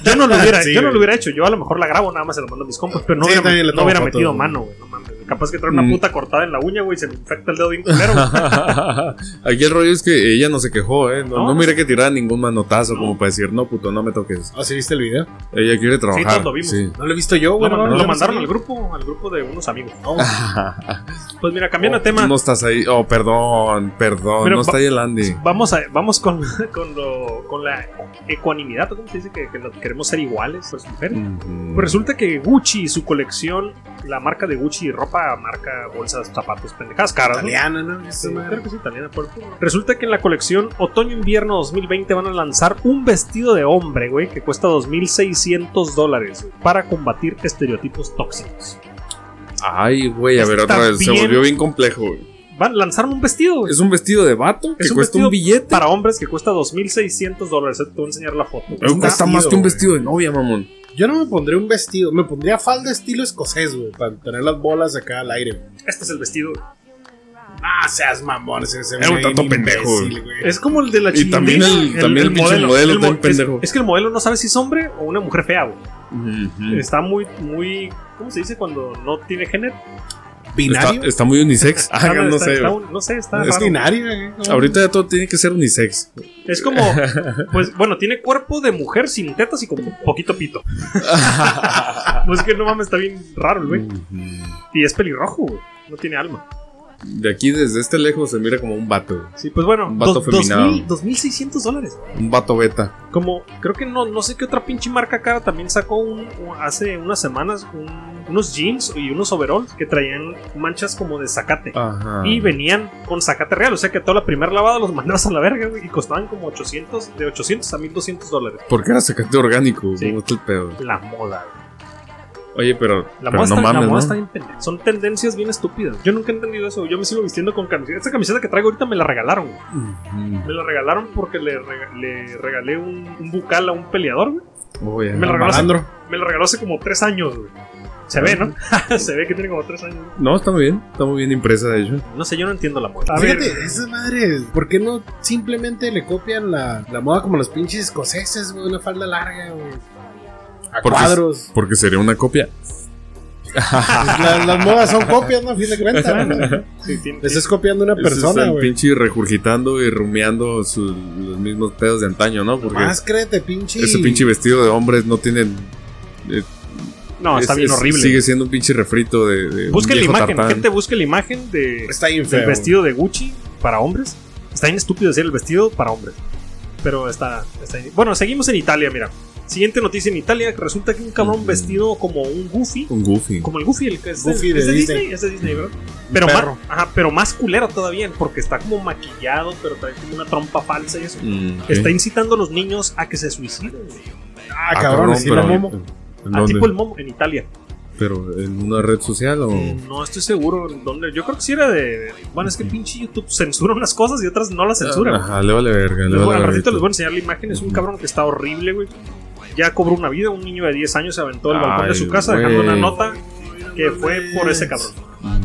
[SPEAKER 1] yo no lo hubiera,
[SPEAKER 2] Sí,
[SPEAKER 1] yo no
[SPEAKER 2] güey.
[SPEAKER 1] lo hubiera hecho. Yo a lo mejor la grabo, nada más se lo mando a mis compas, pero no
[SPEAKER 2] Sí,
[SPEAKER 1] hubiera,
[SPEAKER 2] también le
[SPEAKER 1] no
[SPEAKER 2] tomo
[SPEAKER 1] hubiera
[SPEAKER 2] fotos,
[SPEAKER 1] metido
[SPEAKER 2] güey.
[SPEAKER 1] mano, güey. no mames. Capaz que trae una
[SPEAKER 3] Mm.
[SPEAKER 1] puta cortada en la uña, güey, y se me infecta el dedo bien culero, güey.
[SPEAKER 3] Aquí el rollo es que ella no se quejó, ¿eh? No,
[SPEAKER 1] No.
[SPEAKER 3] no miré que tirara ningún manotazo como para decir, no, puto, no me toques.
[SPEAKER 2] Ah, ¿sí viste el video?
[SPEAKER 3] Ella quiere trabajar.
[SPEAKER 1] todos lo vimos.
[SPEAKER 2] No lo he visto yo,
[SPEAKER 1] Lo,
[SPEAKER 2] güey.
[SPEAKER 1] man-
[SPEAKER 2] no,
[SPEAKER 1] lo
[SPEAKER 2] no
[SPEAKER 1] mandaron
[SPEAKER 2] sabía.
[SPEAKER 1] al grupo, al grupo de unos amigos.
[SPEAKER 3] Ah,
[SPEAKER 1] Pues mira, cambiando
[SPEAKER 3] oh,
[SPEAKER 1] de tema,
[SPEAKER 3] No estás ahí. Oh, perdón, perdón.
[SPEAKER 1] Pero
[SPEAKER 3] no
[SPEAKER 1] va-
[SPEAKER 3] está ahí el Andy.
[SPEAKER 1] vamos, a, vamos con, con, lo- con la ecuanimidad, ¿cómo se dice? Que, que lo- queremos ser iguales, pues mujeres.
[SPEAKER 2] Mm.
[SPEAKER 3] Ujú.
[SPEAKER 1] Pues resulta que Gucci y su colección, la marca de Gucci, ropa, marca, bolsas, zapatos, pendejadas caras. ¿no?
[SPEAKER 2] Italiana, ¿no?
[SPEAKER 1] Sí,
[SPEAKER 2] Esa madre.
[SPEAKER 1] creo que es italiana, por favor. Resulta que en la colección Otoño-Invierno 2020 van a lanzar un vestido de hombre, güey, que cuesta 2.600 dólares güey, para combatir estereotipos tóxicos.
[SPEAKER 3] Ay, güey, a ver,
[SPEAKER 1] Está
[SPEAKER 3] otra vez. Se
[SPEAKER 1] bien.
[SPEAKER 3] volvió bien complejo, güey.
[SPEAKER 1] Van a lanzar un vestido, güey.
[SPEAKER 3] Es un vestido de vato que
[SPEAKER 1] Es un
[SPEAKER 3] cuesta
[SPEAKER 1] vestido
[SPEAKER 3] un billete.
[SPEAKER 1] Para hombres que cuesta 2.600 dólares. Te voy a enseñar la foto.
[SPEAKER 3] Eh,
[SPEAKER 2] un
[SPEAKER 3] cuesta más
[SPEAKER 2] vestido,
[SPEAKER 3] que un
[SPEAKER 2] güey.
[SPEAKER 3] vestido de novia, mamón.
[SPEAKER 2] Yo no me pondría un vestido, me pondría falda estilo escocés, güey, para tener las bolas acá al aire. güey.
[SPEAKER 1] Este es el vestido.
[SPEAKER 2] Ah, seas mamón, ese se
[SPEAKER 3] Era
[SPEAKER 2] ve
[SPEAKER 3] un
[SPEAKER 2] bien
[SPEAKER 3] tanto pendejo,
[SPEAKER 2] imbécil, güey.
[SPEAKER 1] Es como el de la
[SPEAKER 3] Y también
[SPEAKER 1] chilindrina,
[SPEAKER 3] el- también el pinche modelo
[SPEAKER 1] el
[SPEAKER 3] está
[SPEAKER 1] mo-
[SPEAKER 3] bien
[SPEAKER 1] es,
[SPEAKER 3] pendejo.
[SPEAKER 1] es que el modelo no sabe si es hombre o una mujer fea, güey.
[SPEAKER 3] Ujú.
[SPEAKER 1] Está muy, muy. ¿Cómo se dice cuando no tiene género?
[SPEAKER 2] ¿Binario?
[SPEAKER 3] Está, está muy unisex. Ah,
[SPEAKER 1] Ah,
[SPEAKER 3] no
[SPEAKER 1] está-
[SPEAKER 3] sé.
[SPEAKER 1] está
[SPEAKER 3] güey.
[SPEAKER 1] un- no sé, está
[SPEAKER 2] Es
[SPEAKER 1] raro.
[SPEAKER 2] binario, güey. ¿Cómo?
[SPEAKER 3] Ahorita ya todo tiene que ser unisex.
[SPEAKER 1] Es como, pues bueno, tiene cuerpo de mujer sin tetas y con poquito pito. Pues que no mames, está bien raro el
[SPEAKER 3] Mm.
[SPEAKER 1] güey.
[SPEAKER 3] Ujú.
[SPEAKER 1] Y es pelirrojo, güey. No tiene alma.
[SPEAKER 3] De aquí, desde este lejos, se mira como un vato. güey.
[SPEAKER 1] Sí, pues bueno,
[SPEAKER 3] Un vato
[SPEAKER 1] dos- dos
[SPEAKER 3] feminado.
[SPEAKER 1] mil- 2.600 dólares.
[SPEAKER 3] Un vato beta.
[SPEAKER 1] Como, creo que no, no sé qué otra pinche marca cara también sacó un, un- hace unas semanas un- unos jeans y unos overalls que traían manchas como de zacate.
[SPEAKER 3] Ajá.
[SPEAKER 1] Y venían con zacate real, o sea que toda la primera lavada los mandabas a la verga, güey, y costaban como 800, de 800 a 1200 dólares.
[SPEAKER 3] Porque era sacate orgánico.
[SPEAKER 1] Sí.
[SPEAKER 3] ¿Cómo está el pedo?
[SPEAKER 1] La moda, güey.
[SPEAKER 3] Oye, pero,
[SPEAKER 1] La
[SPEAKER 3] pero
[SPEAKER 1] moda,
[SPEAKER 3] no
[SPEAKER 1] está, la
[SPEAKER 3] mames,
[SPEAKER 1] moda
[SPEAKER 3] ¿no?
[SPEAKER 1] está bien pendeja. Son tendencias bien estúpidas. Yo nunca he entendido eso. Yo me sigo vistiendo con camiseta. Esta camiseta que traigo ahorita me la regalaron. güey.
[SPEAKER 3] Ujú.
[SPEAKER 1] Me la regalaron porque le, rega- le regalé un, un bucal a un peleador, güey.
[SPEAKER 3] Oye,
[SPEAKER 1] Me la regalaste.
[SPEAKER 2] Malandro.
[SPEAKER 1] Me la regaló hace como tres años, güey. Se ve, ¿no? Se ve que tiene como tres años. güey.
[SPEAKER 3] No, está muy bien. Está muy bien impresa, de hecho.
[SPEAKER 1] No sé, yo no entiendo la moda. A
[SPEAKER 2] Fíjate,
[SPEAKER 1] ver,
[SPEAKER 2] esas madres, ¿por qué no simplemente le copian la, la moda como los pinches escoceses, güey? Una falda larga, güey. A
[SPEAKER 3] Porque-
[SPEAKER 2] cuadros.
[SPEAKER 3] Porque sería una copia.
[SPEAKER 2] Pues la- las modas son copias, ¿no? A fin de cuentas, güey.
[SPEAKER 1] sí, tiene-
[SPEAKER 2] Le estás copiando a una persona,
[SPEAKER 3] Están
[SPEAKER 2] güey.
[SPEAKER 3] pinche regurgitando y rumiando sus- los mismos pedos de antaño, ¿no? Porque
[SPEAKER 1] Ah,
[SPEAKER 2] Más créete, pinche.
[SPEAKER 3] ese pinche vestido de hombres no tienen.
[SPEAKER 1] no, está
[SPEAKER 3] es-
[SPEAKER 1] bien
[SPEAKER 3] es-
[SPEAKER 1] horrible.
[SPEAKER 3] Sigue siendo un pinche refrito de. de un
[SPEAKER 1] busque la
[SPEAKER 3] viejo
[SPEAKER 1] imagen,
[SPEAKER 3] tartán.
[SPEAKER 1] gente, busque la imagen de,
[SPEAKER 2] Está bien feo.
[SPEAKER 1] del vestido de Gucci para hombres. Está bien estúpido decir el vestido para hombres. Pero está, está bien. Bueno, seguimos en Italia, mira. Siguiente noticia en Italia. que Resulta que un cabrón
[SPEAKER 3] Ujú.
[SPEAKER 1] vestido como un Goofy.
[SPEAKER 3] Un goofy.
[SPEAKER 1] Como el Goofy, el que es,
[SPEAKER 2] Goofy
[SPEAKER 1] es
[SPEAKER 2] de
[SPEAKER 1] de Disney.
[SPEAKER 2] Disney.
[SPEAKER 1] Es de Disney, ¿verdad? Pero más,
[SPEAKER 2] perro.
[SPEAKER 1] ajá, pero más culero todavía, porque está como maquillado, pero trae como una trompa falsa y eso.
[SPEAKER 3] Mm, ok.
[SPEAKER 1] Está incitando a los niños a que se suiciden. güey.
[SPEAKER 2] Ah, cabrón, así la momo.
[SPEAKER 3] ¿en
[SPEAKER 1] A
[SPEAKER 3] dónde?
[SPEAKER 1] tipo el momo en Italia.
[SPEAKER 3] ¿Pero en una red social o...?
[SPEAKER 1] No estoy seguro en dónde. Yo creo que sí era de. Bueno, es que pinche YouTube censura unas cosas y otras no las censura. güey.
[SPEAKER 3] Ajá, le vale verga, le
[SPEAKER 1] Les voy-
[SPEAKER 3] vale
[SPEAKER 1] al
[SPEAKER 3] verga.
[SPEAKER 1] ratito les voy a enseñar la imagen. Es un
[SPEAKER 3] Ujú.
[SPEAKER 1] cabrón que está horrible, güey. Ya cobró una vida. Un niño de 10 años se aventó del balcón de
[SPEAKER 3] Ay,
[SPEAKER 1] su casa
[SPEAKER 3] güey.
[SPEAKER 1] dejando una nota que fue por ese cabrón.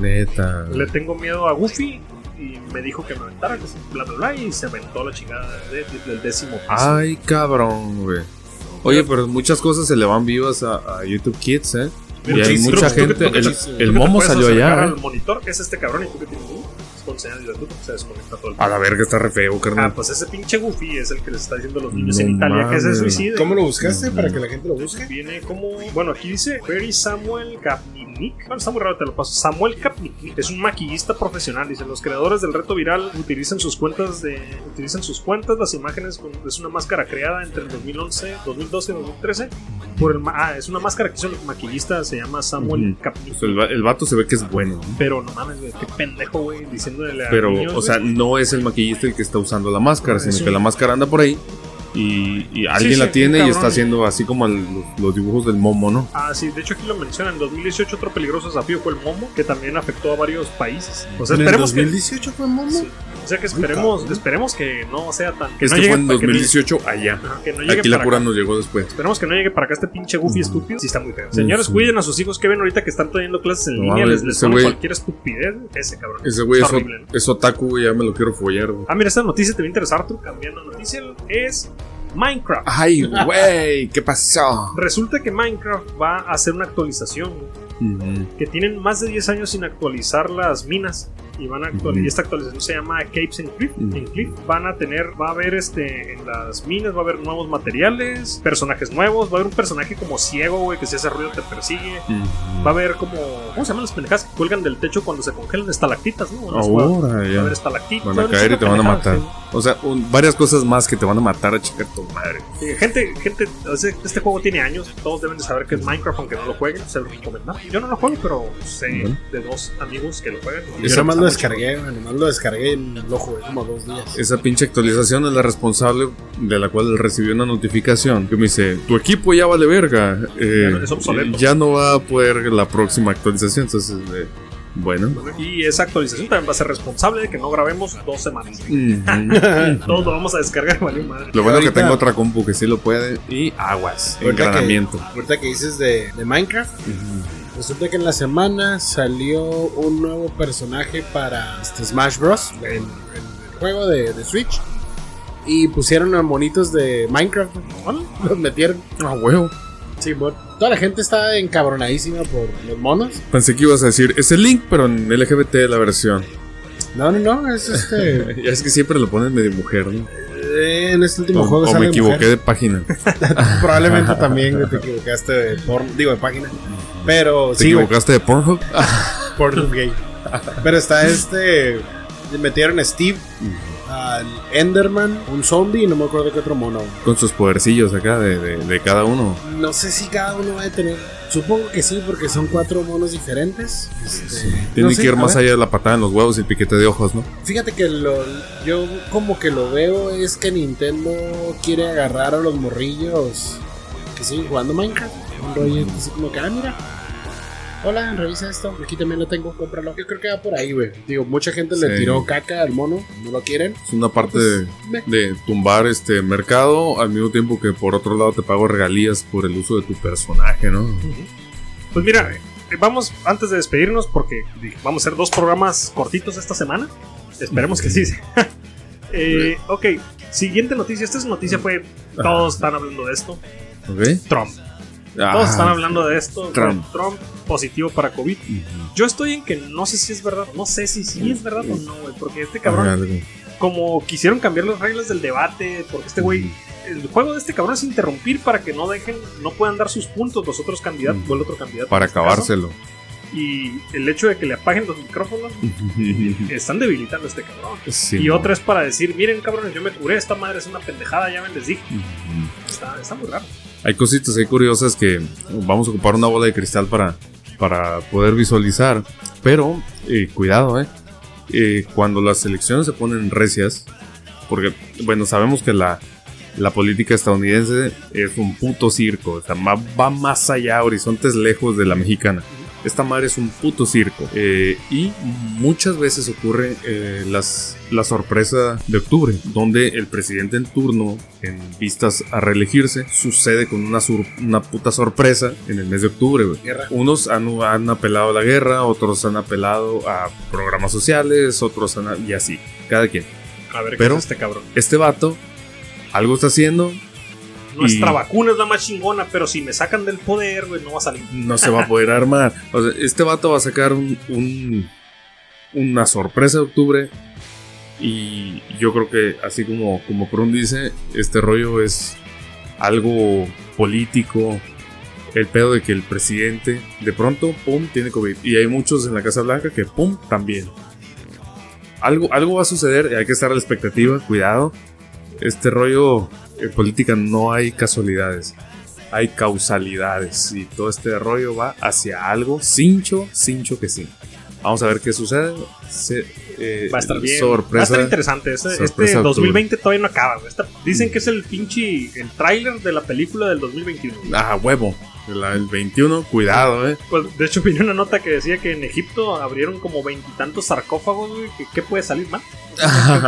[SPEAKER 3] Neta.
[SPEAKER 1] Le tengo miedo a Goofy y me dijo que me aventara, que sí, bla, bla, bla. Y se aventó la chingada de- de- del décimo piso.
[SPEAKER 3] Ay, cabrón, güey. Oye, pero muchas cosas se le van vivas a, a YouTube Kids, ¿eh? Y hay
[SPEAKER 1] Muchísimo.
[SPEAKER 3] mucha
[SPEAKER 1] Tú que- tú que-
[SPEAKER 3] gente...
[SPEAKER 1] tú que-
[SPEAKER 3] El,
[SPEAKER 1] tú
[SPEAKER 2] que
[SPEAKER 3] el
[SPEAKER 1] ¿Tú qué te
[SPEAKER 3] momo
[SPEAKER 1] puedes
[SPEAKER 3] salió
[SPEAKER 1] acercar
[SPEAKER 3] allá,
[SPEAKER 1] al
[SPEAKER 3] ¿eh?
[SPEAKER 1] monitor es este cabrón y tú que tienes uh, con señal de YouTube se desconecta todo el
[SPEAKER 3] A la verga, está re feo,
[SPEAKER 1] Ah,
[SPEAKER 3] carnal.
[SPEAKER 1] pues ese pinche Goofy es el que les está diciendo a los niños
[SPEAKER 3] No
[SPEAKER 1] en Italia que se
[SPEAKER 3] mames.
[SPEAKER 1] suiciden.
[SPEAKER 2] ¿Cómo lo buscaste para que la gente lo busque?
[SPEAKER 1] Viene como. Bueno, aquí dice Perry Samuel Kapnick. Bueno, está muy raro, te lo paso. Samuel Kapnick es un maquillista profesional. Dice: Los creadores del reto viral utilizan sus cuentas de. Utilizan sus cuentas, las imágenes. Con, es una máscara creada entre el 2011, 2012 y 2013. Por el, ma- ah, es una máscara que hizo el maquillista. Se llama Samuel
[SPEAKER 3] Ujú.
[SPEAKER 1] Kapnick.
[SPEAKER 3] Pues el, va- el vato se ve que es bueno, ¿no?
[SPEAKER 1] Pero no mames, güey, qué pendejo, güey, diciéndole a
[SPEAKER 3] Pero,
[SPEAKER 1] niños,
[SPEAKER 3] o sea,
[SPEAKER 1] güey.
[SPEAKER 3] no es el maquillista el que está usando la máscara, sino
[SPEAKER 1] sí.
[SPEAKER 3] que la máscara anda por ahí y, y alguien
[SPEAKER 1] sí,
[SPEAKER 3] la
[SPEAKER 1] un
[SPEAKER 3] tiene y
[SPEAKER 1] cabrón.
[SPEAKER 3] está haciendo así como el- los, los dibujos del momo, ¿no?
[SPEAKER 1] Ah, sí, de hecho aquí lo mencionan. En 2018 otro peligroso desafío fue el Momo, que también afectó a varios países. O sea,
[SPEAKER 2] ¿En el
[SPEAKER 1] esperemos que...
[SPEAKER 2] 2018 fue momo?
[SPEAKER 1] Sí. O sea que esperemos, esperemos que no sea tan. Que
[SPEAKER 3] Esto
[SPEAKER 1] no llegue
[SPEAKER 3] este fue en
[SPEAKER 1] para- que no-
[SPEAKER 3] 2018 allá.
[SPEAKER 1] ajá, que no llegue
[SPEAKER 3] Aquí la
[SPEAKER 1] para
[SPEAKER 3] cura
[SPEAKER 1] acá.
[SPEAKER 3] nos llegó después.
[SPEAKER 1] Esperemos que no llegue para acá este pinche Goofy estúpido. Sí, está muy feo. Señores,
[SPEAKER 3] Sí.
[SPEAKER 1] cuiden a sus hijos que ven ahorita que están teniendo clases en
[SPEAKER 3] No
[SPEAKER 1] línea.
[SPEAKER 3] mames,
[SPEAKER 1] les les
[SPEAKER 3] ese
[SPEAKER 1] ponen
[SPEAKER 3] güey-
[SPEAKER 1] cualquier estupidez. Ese cabrón.
[SPEAKER 3] Ese güey
[SPEAKER 1] Está
[SPEAKER 3] es,
[SPEAKER 1] horrible,
[SPEAKER 3] ot- es otaku, güey, ya me lo quiero follar, güey.
[SPEAKER 1] Ah, mira, esta noticia te va a interesar, tú. Cambiando de noticia, es Minecraft.
[SPEAKER 3] Ay, güey, ¿qué pasó?
[SPEAKER 1] Resulta que Minecraft va a hacer una actualización güey,
[SPEAKER 3] Ujú.
[SPEAKER 1] que tienen más de 10 años sin actualizar las minas y van a actualizar,
[SPEAKER 3] Ujú.
[SPEAKER 1] esta actualización se llama Caves and Cliff,
[SPEAKER 3] Ujú.
[SPEAKER 1] en Cliff van a tener va a haber este en las minas va a haber nuevos materiales, personajes nuevos, va a haber un personaje como ciego, güey, que si hace ruido te persigue. Va a haber como. ¿Cómo se llaman las pendejadas que cuelgan del techo cuando se congelan? Estalactitas, ¿no? Las- va
[SPEAKER 3] Ahora
[SPEAKER 1] a haber
[SPEAKER 3] ya.
[SPEAKER 1] estalactitas.
[SPEAKER 3] Van a
[SPEAKER 1] no sé,
[SPEAKER 3] caer y
[SPEAKER 1] una
[SPEAKER 3] te van a
[SPEAKER 1] pendejada,
[SPEAKER 3] matar.
[SPEAKER 1] sí.
[SPEAKER 3] O sea, un- varias cosas más que te van a matar a checar tu madre.
[SPEAKER 1] Eh, Gente, gente, este este juego tiene años, todos deben de saber que es Minecraft, aunque no lo jueguen, se lo recomendamos. Yo no lo juego, pero sé
[SPEAKER 3] Ujú.
[SPEAKER 1] de dos amigos que lo juegan.
[SPEAKER 2] Yo nomás lo descargué, güey, nomás lo descargué y lo jugué como dos días.
[SPEAKER 3] Esa pinche actualización es la responsable de la cual recibí una notificación que me dice, tu equipo ya vale verga. eh,
[SPEAKER 1] Ya no- es obsoleto".
[SPEAKER 3] ya no va a poder la próxima actualización. Entonces, eh, bueno.
[SPEAKER 1] Y esa actualización también va a ser responsable de que no grabemos dos semanas.
[SPEAKER 3] Ujú.
[SPEAKER 1] Todos lo vamos a descargar, valió madre.
[SPEAKER 3] lo bueno es que
[SPEAKER 2] Ahorita-
[SPEAKER 3] tengo otra compu que sí lo puede. Y aguas.
[SPEAKER 2] Ahorita que-
[SPEAKER 3] Engranamiento.
[SPEAKER 2] Ahorita que dices de, de Minecraft,
[SPEAKER 3] Ujú.
[SPEAKER 2] resulta que en la semana salió un nuevo personaje para este Smash Bros. El, el juego de, de Switch. Y pusieron a monitos de Minecraft. Bueno, los metieron.
[SPEAKER 3] Ah, huevo.
[SPEAKER 2] Sí, bueno. Toda la gente está encabronadísima por los monos.
[SPEAKER 3] Pensé que ibas a decir, es el link, pero en LGBT la versión.
[SPEAKER 2] No, no, no, es este.
[SPEAKER 3] Ya es que siempre lo ponen medio mujer, ¿no?
[SPEAKER 2] eh, en este último
[SPEAKER 3] O,
[SPEAKER 2] juego
[SPEAKER 3] o
[SPEAKER 2] sale
[SPEAKER 3] me equivoqué
[SPEAKER 2] mujer.
[SPEAKER 3] de página.
[SPEAKER 2] Probablemente también güey, te equivocaste de porno, digo de página. Pero
[SPEAKER 3] ¿Te
[SPEAKER 2] sí, güey,
[SPEAKER 3] equivocaste de Pornhub?
[SPEAKER 2] porno gay. Pero está este. le Metieron a Steve, al Enderman, un zombie y no me acuerdo qué otro mono. güey.
[SPEAKER 3] Con sus podercillos acá de, de- de cada uno.
[SPEAKER 2] No sé si cada uno va a tener. Supongo que sí, porque son cuatro monos diferentes. Este,
[SPEAKER 3] Tiene
[SPEAKER 2] no sé,
[SPEAKER 3] que ir
[SPEAKER 2] a
[SPEAKER 3] más
[SPEAKER 2] ver.
[SPEAKER 3] allá de la patada en los huevos y el piquete de ojos, ¿no?
[SPEAKER 2] Fíjate que lo, yo como que lo veo es que Nintendo quiere agarrar a los morrillos que siguen jugando Minecraft. Un rollo así como que, ah, mira. Hola, revisa esto. Aquí también lo tengo, cómpralo. Yo creo que va por ahí, güey. Digo, mucha gente le
[SPEAKER 3] Sí.
[SPEAKER 2] tiró caca al mono, no lo quieren.
[SPEAKER 3] Es una parte de,
[SPEAKER 1] Pues,
[SPEAKER 2] Ve.
[SPEAKER 3] de tumbar este mercado al mismo tiempo que por otro lado te pago regalías por el uso de tu personaje, ¿no?
[SPEAKER 1] Pues mira, eh, vamos antes de despedirnos porque di- vamos a hacer dos programas cortitos esta semana. Esperemos que sí. Eh, ok, siguiente noticia. Esta es noticia fue todos están hablando de esto.
[SPEAKER 3] ¿Ok?
[SPEAKER 1] Trump.
[SPEAKER 3] Ah,
[SPEAKER 1] Todos están hablando de esto.
[SPEAKER 3] Trump.
[SPEAKER 1] Trump. positivo para COVID.
[SPEAKER 3] ujú.
[SPEAKER 1] Yo estoy en que no sé si es verdad. No sé si sí es verdad o no, güey. Porque este cabrón,
[SPEAKER 3] Algo.
[SPEAKER 1] como quisieron cambiar las reglas del debate, porque este güey, el juego de este cabrón es interrumpir para que no dejen, no puedan dar sus puntos los otros candidatos
[SPEAKER 3] Mm.
[SPEAKER 1] o el otro candidato.
[SPEAKER 3] Para
[SPEAKER 1] en este caso.
[SPEAKER 3] acabárselo.
[SPEAKER 1] Y el hecho de que le apaguen los micrófonos están debilitando a este cabrón.
[SPEAKER 3] Sí,
[SPEAKER 1] y
[SPEAKER 3] ¿no?
[SPEAKER 1] otra es para decir, miren cabrones, yo me curé, esta madre es una pendejada, ya me les dije.
[SPEAKER 3] Ujú.
[SPEAKER 1] Está, está muy raro.
[SPEAKER 3] Hay cositas ahí curiosas que vamos a ocupar una bola de cristal para, para poder visualizar. Pero, eh, cuidado, eh. Eh, Cuando las elecciones se ponen recias, porque, bueno, sabemos que la, la política estadounidense es un puto circo. O sea, ma- va más allá, horizontes lejos de la mexicana. Esta madre es un puto circo. Eh, y muchas veces ocurre eh, las, la sorpresa de octubre, donde el presidente en turno, en vistas a reelegirse, sucede con una, sur- una puta sorpresa en el mes de octubre. güey.
[SPEAKER 2] Guerra.
[SPEAKER 3] Unos han, han apelado a la guerra, otros han apelado a programas sociales, otros han... y así, cada quien.
[SPEAKER 1] A ver
[SPEAKER 3] Pero-
[SPEAKER 1] qué es este cabrón.
[SPEAKER 3] Este vato algo está haciendo,
[SPEAKER 1] Nuestra
[SPEAKER 3] Y-
[SPEAKER 1] vacuna es la más chingona, pero si me sacan del poder, güey, no va a salir.
[SPEAKER 3] no se va a poder armar. O sea, este vato va a sacar un, un- una sorpresa de octubre. Y yo creo que, así como, como Prun dice, este rollo es algo político. El pedo de que el presidente, de pronto, pum, tiene COVID. Y hay muchos en la Casa Blanca que, pum, también. Algo, algo va a suceder, hay que estar a la expectativa, cuidado. Este rollo en política no hay casualidades hay causalidades y todo este rollo va hacia algo, cincho, cincho que sí. Vamos a ver qué sucede. Se- eh,
[SPEAKER 1] Va a estar bien. Va a
[SPEAKER 3] Sorpresa.
[SPEAKER 1] estar interesante. Este,
[SPEAKER 3] sorpresa Mm.
[SPEAKER 1] este
[SPEAKER 3] octubre.
[SPEAKER 1] 2020 todavía no acaba. güey. Esta- dicen que es el pinche el tráiler de la película del 2021.
[SPEAKER 3] ah, huevo. La- el 21, cuidado, eh.
[SPEAKER 1] Pues de hecho vi una nota que decía que en Egipto abrieron como veintitantos sarcófagos, güey. que- ¿Qué puede salir mal?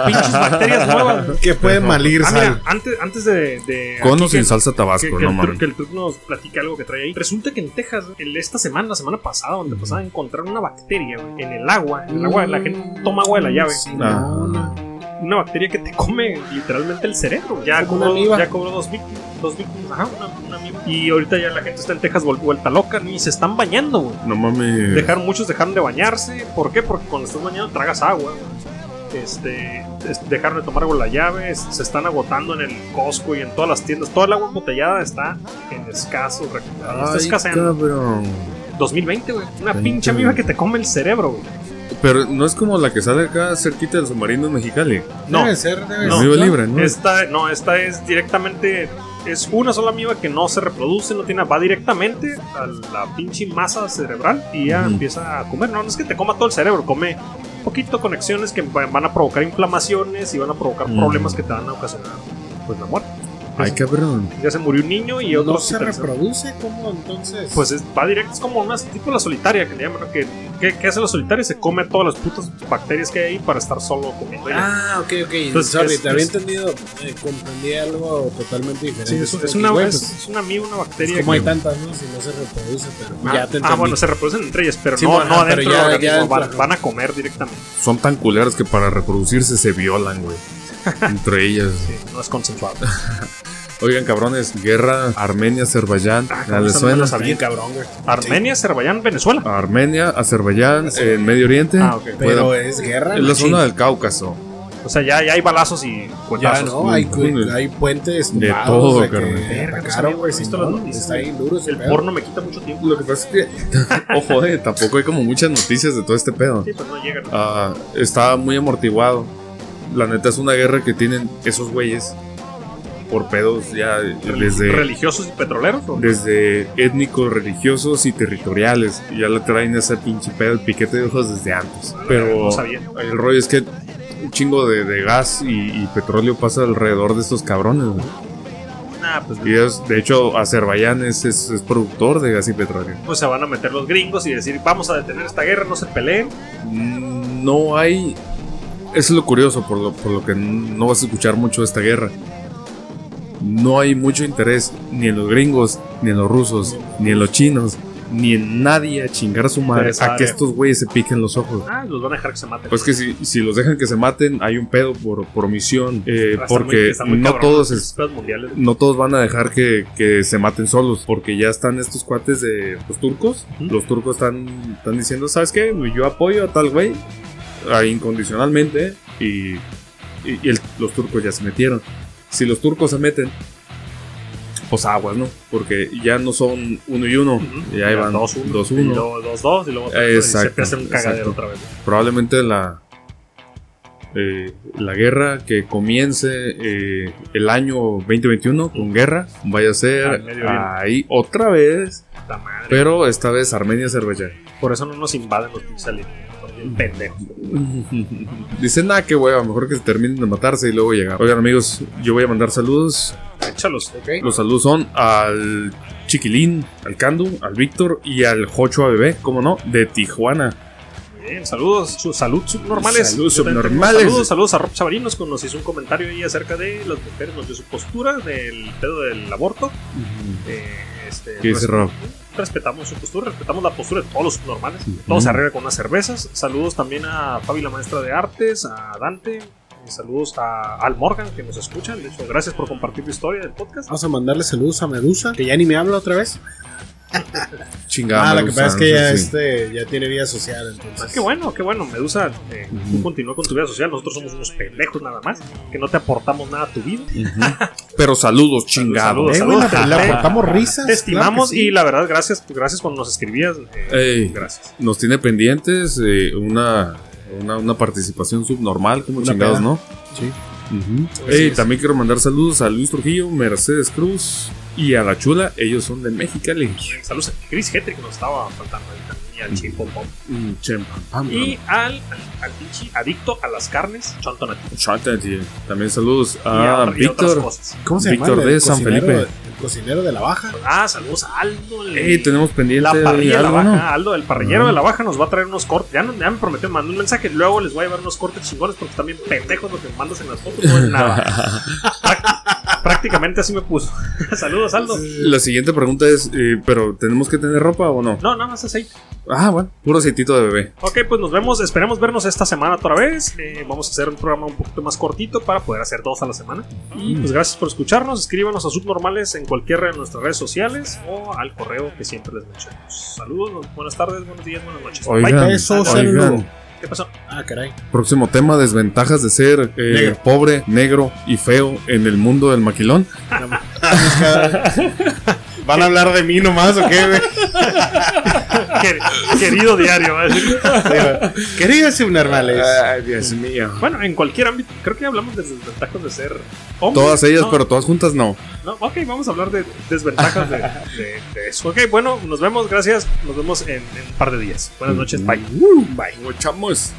[SPEAKER 1] Pinches bacterias nuevas. güey.
[SPEAKER 2] Que puede malir
[SPEAKER 1] Ah, mira,
[SPEAKER 2] sal.
[SPEAKER 1] antes, antes de. de
[SPEAKER 3] Con
[SPEAKER 1] aquí
[SPEAKER 3] o sin
[SPEAKER 1] que-
[SPEAKER 3] salsa
[SPEAKER 1] que,
[SPEAKER 3] tabasco,
[SPEAKER 1] que el
[SPEAKER 3] no
[SPEAKER 1] truc,
[SPEAKER 3] mames.
[SPEAKER 1] que el truc nos platica algo que trae ahí. Resulta que en Texas, el- esta semana, la semana pasada, donde pasada, encontraron una bacteria güey, en el agua. En el agua, la gente toma agua de la llave.
[SPEAKER 2] Sí, no,
[SPEAKER 3] Ah,
[SPEAKER 2] no.
[SPEAKER 1] Una bacteria que te come literalmente el cerebro. Ya
[SPEAKER 2] Como una
[SPEAKER 1] cobró,
[SPEAKER 2] amiba.
[SPEAKER 1] ya cobró dos víctimas. Dos víctimas, ajá, una, una amiba. Y ahorita ya la gente está en Texas vol- vuelta loca y se están bañando, güey.
[SPEAKER 3] no mames.
[SPEAKER 1] Dejaron, muchos dejaron de bañarse. ¿Por qué? Porque cuando estás bañando tragas agua. Este, es- dejaron de tomar agua en la llave. es- Se están agotando en el Costco y en todas las tiendas. Toda el agua embotellada está en escaso. re- Está
[SPEAKER 3] Ay,
[SPEAKER 1] escaseando.
[SPEAKER 3] cabrón.
[SPEAKER 1] 2020, güey. Una
[SPEAKER 3] Veinte,
[SPEAKER 1] pinche
[SPEAKER 3] güey.
[SPEAKER 1] amiga que te come el cerebro, güey.
[SPEAKER 3] Pero no es como la que sale acá cerquita del submarino en Mexicali.
[SPEAKER 1] No,
[SPEAKER 2] Debe ser, debe
[SPEAKER 1] No.
[SPEAKER 3] No,
[SPEAKER 2] ser.
[SPEAKER 3] libre, ¿no?
[SPEAKER 1] esta, no, esta es directamente. Es una sola amiga que no se reproduce, no tiene, va directamente a la pinche masa cerebral y ya
[SPEAKER 3] Ujú.
[SPEAKER 1] empieza a comer. No, no es que te coma todo el cerebro, come un poquito conexiones que va- van a provocar inflamaciones y van a provocar
[SPEAKER 3] Mm.
[SPEAKER 1] problemas que te van a ocasionar pues la muerte.
[SPEAKER 3] Ay, cabrón.
[SPEAKER 1] Ya se murió un niño y otro
[SPEAKER 2] No se
[SPEAKER 1] hospitalizado.
[SPEAKER 2] reproduce, ¿cómo entonces?
[SPEAKER 1] Pues es- va directo, es como una tipo la solitaria que le llaman, ¿no? que, que, que hace la solitaria, se come todas las putas bacterias que hay ahí para estar solo comiendo.
[SPEAKER 2] Ah, ok, ok.
[SPEAKER 1] Entonces,
[SPEAKER 2] Sorry,
[SPEAKER 1] pues, es-
[SPEAKER 2] te había
[SPEAKER 1] es-
[SPEAKER 2] entendido. eh, comprendí algo totalmente diferente.
[SPEAKER 1] Sí, es, es
[SPEAKER 2] Porque,
[SPEAKER 1] una,
[SPEAKER 2] güey,
[SPEAKER 1] es,
[SPEAKER 2] pues,
[SPEAKER 1] es una amiga, una bacteria.
[SPEAKER 2] como
[SPEAKER 1] que-
[SPEAKER 2] hay tantas, ¿no? Si no se reproduce, pero
[SPEAKER 1] Ah,
[SPEAKER 2] ya te
[SPEAKER 1] ah,
[SPEAKER 2] entendí.
[SPEAKER 1] bueno, se reproducen entre ellas, pero
[SPEAKER 2] Sí,
[SPEAKER 1] no,
[SPEAKER 2] bueno,
[SPEAKER 1] no
[SPEAKER 2] ah,
[SPEAKER 1] adentro
[SPEAKER 2] pero
[SPEAKER 1] del
[SPEAKER 2] ya-
[SPEAKER 1] organismo,
[SPEAKER 2] ya adentro,
[SPEAKER 1] van,
[SPEAKER 2] ajá.
[SPEAKER 1] van a comer directamente.
[SPEAKER 3] Son tan culeras que para reproducirse se violan, güey. Entre ellas.
[SPEAKER 1] Sí, eh, no es consensuado.
[SPEAKER 3] Oigan, cabrones, guerra Armenia-Azerbaiyán.
[SPEAKER 1] Ah,
[SPEAKER 3] ¿Ya les
[SPEAKER 1] esa no me
[SPEAKER 3] suena?
[SPEAKER 1] la sabía.
[SPEAKER 2] bien cabrón, güey.
[SPEAKER 1] Armenia, Azerbaiyán, Venezuela.
[SPEAKER 3] Armenia, Azerbaiyán, en Medio Oriente.
[SPEAKER 1] Ah, ok. ah,
[SPEAKER 2] Pero
[SPEAKER 3] Pueda-
[SPEAKER 2] es guerra.
[SPEAKER 3] es la
[SPEAKER 2] machín.
[SPEAKER 3] zona del Cáucaso.
[SPEAKER 1] O sea, ya, ya hay balazos y
[SPEAKER 2] Ya,
[SPEAKER 1] cuetazos.
[SPEAKER 2] ¿no? Hay, cu-
[SPEAKER 3] Mm.
[SPEAKER 2] hay puentes
[SPEAKER 3] De
[SPEAKER 2] tumbados,
[SPEAKER 3] todo,
[SPEAKER 2] güey,
[SPEAKER 3] carnal.
[SPEAKER 2] que
[SPEAKER 1] Verga, no
[SPEAKER 2] atacaron,
[SPEAKER 1] sabía,
[SPEAKER 2] güey.
[SPEAKER 1] he
[SPEAKER 2] sí,
[SPEAKER 1] visto las
[SPEAKER 2] no,
[SPEAKER 1] noticias.
[SPEAKER 2] Está bien duro ese
[SPEAKER 1] El
[SPEAKER 2] pedo.
[SPEAKER 1] porno me quita mucho tiempo.
[SPEAKER 3] Lo que pasa es que, ojo, eh, tampoco hay como muchas noticias de todo este pedo.
[SPEAKER 1] Sí, pues no llegan.
[SPEAKER 3] Ah, está muy amortiguado. La neta es una guerra que tienen esos güeyes por pedos ya desde,
[SPEAKER 1] ¿Religiosos y petroleros? ¿o?
[SPEAKER 3] desde étnicos, religiosos y territoriales. Y ya le traen ese pinche pedo, el piquete de ojos desde antes. Pero
[SPEAKER 1] No sabía.
[SPEAKER 3] el rollo es que un chingo de, de gas y, y petróleo pasa alrededor de estos cabrones. güey.
[SPEAKER 1] Nah, pues,
[SPEAKER 3] Y es, de hecho, Azerbaiyán es, es- es productor de gas y petróleo.
[SPEAKER 1] pues se van a meter los gringos y decir, vamos a detener esta guerra, no se peleen.
[SPEAKER 3] Mm, no hay. Eso es lo curioso, por lo, por lo que no vas a escuchar mucho de esta guerra. No hay mucho interés ni en los gringos, ni en los rusos, ni en los chinos, ni en nadie a chingar a su madre
[SPEAKER 1] Esa
[SPEAKER 3] a que
[SPEAKER 1] área.
[SPEAKER 3] estos güeyes se piquen los ojos.
[SPEAKER 1] Ah, los van a dejar que se maten.
[SPEAKER 3] Pues que si, si los dejan que se maten, hay un pedo por, por omisión, eh,
[SPEAKER 1] Va a estar muy-
[SPEAKER 3] porque
[SPEAKER 1] está muy
[SPEAKER 3] no
[SPEAKER 1] cabrón,
[SPEAKER 3] todos,
[SPEAKER 1] los
[SPEAKER 3] es-
[SPEAKER 1] pedos mundiales.
[SPEAKER 3] no todos van a dejar que, que se maten solos, porque ya están estos cuates de los turcos.
[SPEAKER 1] Ujú.
[SPEAKER 3] Los turcos están, están diciendo, ¿sabes qué? Yo apoyo a tal güey ah, incondicionalmente y, y- y el- los turcos ya se metieron. Si los turcos se meten, pues aguas, ¿no? Porque ya no son uno y uno,
[SPEAKER 1] Ujú.
[SPEAKER 3] ya iban dos,
[SPEAKER 1] Dos,
[SPEAKER 3] uno.
[SPEAKER 1] uno. Y luego dos, dos, y luego tres, dos, y se
[SPEAKER 3] Exacto,
[SPEAKER 1] empieza un
[SPEAKER 3] exacto.
[SPEAKER 1] cagadero otra vez.
[SPEAKER 3] probablemente la eh, la guerra que comience eh, el año 2021 con guerra vaya a ser
[SPEAKER 1] Al Medio Oriente.
[SPEAKER 3] ahí otra vez,
[SPEAKER 1] Puta madre.
[SPEAKER 3] pero esta vez Armenia y Azerbaiyán.
[SPEAKER 1] Por eso no nos invaden los pinches alienígenas, bien pendejos.
[SPEAKER 3] Dicen, nada, qué hueva, mejor que se terminen de matarse y luego llegar. Oigan, amigos, yo voy a mandar saludos.
[SPEAKER 1] Échalos. eh,
[SPEAKER 2] Ok.
[SPEAKER 3] Los saludos son al Chiquilín, al Candu, al Víctor y al Jocho Bebé, como no, de Tijuana.
[SPEAKER 1] Bien, saludos. Su salud subnormales.
[SPEAKER 3] Salud
[SPEAKER 1] Yo también tengo
[SPEAKER 3] subnormales.
[SPEAKER 1] Saludos, saludos a Rob Chavarinos, que nos hizo un comentario ahí acerca de las mujeres, nos dio su postura del pedo del aborto. Eh, este,
[SPEAKER 3] ¿Qué dice
[SPEAKER 1] res-
[SPEAKER 3] Rob?
[SPEAKER 1] Respetamos su postura, respetamos la postura de todos los subnormales. Todo
[SPEAKER 3] Ujú.
[SPEAKER 1] se arregla con unas cervezas. Saludos también a Fabi, la maestra de artes, a Dante. y Saludos a Al Morgan, que nos escucha. De hecho, gracias por compartir tu historia del podcast.
[SPEAKER 2] Vamos a mandarle saludos a Medusa, que ya ni me habla otra vez.
[SPEAKER 3] Chingada.
[SPEAKER 2] Ah, lo que
[SPEAKER 3] me
[SPEAKER 2] pasa es
[SPEAKER 3] gustan,
[SPEAKER 2] que ya,
[SPEAKER 3] sí.
[SPEAKER 2] este, ya tiene vida social,
[SPEAKER 1] Ah,
[SPEAKER 2] entonces.
[SPEAKER 1] qué bueno, qué bueno, Medusa. eh,
[SPEAKER 3] Ujú.
[SPEAKER 1] Tú continúa con tu vida social. Nosotros somos unos pendejos nada más, que no te aportamos nada a tu vida.
[SPEAKER 3] Ujú. Pero saludos, chingados.
[SPEAKER 1] saludos.
[SPEAKER 2] Eh, güey, le-
[SPEAKER 1] Saludos.
[SPEAKER 2] le aportamos risas.
[SPEAKER 1] Te estimamos
[SPEAKER 2] claro que sí.
[SPEAKER 1] y la verdad, gracias, gracias cuando nos escribías. eh,
[SPEAKER 3] Ey,
[SPEAKER 1] Gracias.
[SPEAKER 3] nos tiene pendientes eh, una, una, una participación subnormal, como
[SPEAKER 2] Una
[SPEAKER 3] chingados,
[SPEAKER 2] peda.
[SPEAKER 3] ¿no?
[SPEAKER 2] Sí.
[SPEAKER 3] Ujú.
[SPEAKER 2] Así
[SPEAKER 3] Ey,
[SPEAKER 2] es.
[SPEAKER 3] también quiero mandar saludos a Luis Trujillo, Mercedes Cruz y a La Chula. Ellos son de Mexicali.
[SPEAKER 1] Bien, Saludos a Chris Hetrick que nos estaba faltando ahorita, y al Chico Pop.
[SPEAKER 3] Mm, chem, pam, pam.
[SPEAKER 1] Y al, al, al pinche adicto a las carnes, Chontonati.
[SPEAKER 3] Chata, tío. También saludos
[SPEAKER 1] y, a-
[SPEAKER 3] a
[SPEAKER 1] y a otras
[SPEAKER 3] Ah, Víctor.
[SPEAKER 1] cosas.
[SPEAKER 2] ¿Cómo se
[SPEAKER 3] Víctor
[SPEAKER 2] llama? el
[SPEAKER 3] de San
[SPEAKER 2] cocinero?
[SPEAKER 3] Felipe.
[SPEAKER 2] El cocinero de la baja.
[SPEAKER 1] Ah, saludos a Aldo. el-
[SPEAKER 3] Ey, tenemos pendiente
[SPEAKER 1] la parrilla de la
[SPEAKER 3] algo,
[SPEAKER 1] baja.
[SPEAKER 3] ¿no?
[SPEAKER 1] Aldo, el parrillero
[SPEAKER 3] Ah.
[SPEAKER 1] de la baja nos va a traer unos cortes. Ya, no- ya me prometió, me mandó un mensaje. Luego les voy a llevar unos cortes chingones porque también pendejos lo que me mandas en las fotos. No es nada. Práct- Prácticamente así me puso. saludos, Aldo.
[SPEAKER 3] La siguiente pregunta es, eh, ¿pero tenemos que tener ropa o no?
[SPEAKER 1] No, nada más aceite.
[SPEAKER 3] Ah, bueno, puro aceitito de bebé.
[SPEAKER 1] Ok, pues nos vemos. Esperemos vernos esta semana otra vez. Eh, vamos a hacer un programa un poquito más cortito para poder hacer dos a la semana. Y pues gracias por escucharnos. Escríbanos a subnormales en cualquiera de nuestras redes sociales o al correo que siempre les mencionamos. Saludos, buenas tardes, buenos días, buenas noches.
[SPEAKER 3] Oigan,
[SPEAKER 1] Bye.
[SPEAKER 2] Eso,
[SPEAKER 3] oigan,
[SPEAKER 2] saludo.
[SPEAKER 1] ¿Qué pasó?
[SPEAKER 2] Ah, caray.
[SPEAKER 3] próximo tema, desventajas de ser eh,
[SPEAKER 2] Negro.
[SPEAKER 3] pobre, negro y feo en el mundo del maquilón.
[SPEAKER 2] ¿Van a hablar de mí nomás o qué, güey?
[SPEAKER 1] Quer- Querido diario. va a decir.
[SPEAKER 2] Queridos subnormales.
[SPEAKER 3] Ay, Dios mío.
[SPEAKER 1] Bueno, en cualquier ámbito, creo que hablamos de desventajas de ser hombre.
[SPEAKER 3] Todas ellas,
[SPEAKER 1] No,
[SPEAKER 3] pero todas juntas no.
[SPEAKER 1] no, ok, vamos a hablar de desventajas de, de- de eso. Ok,
[SPEAKER 3] Uh.
[SPEAKER 1] bueno, nos vemos, gracias. Nos vemos en, en un par de días. Buenas noches, bye.
[SPEAKER 3] Bye. Chamos.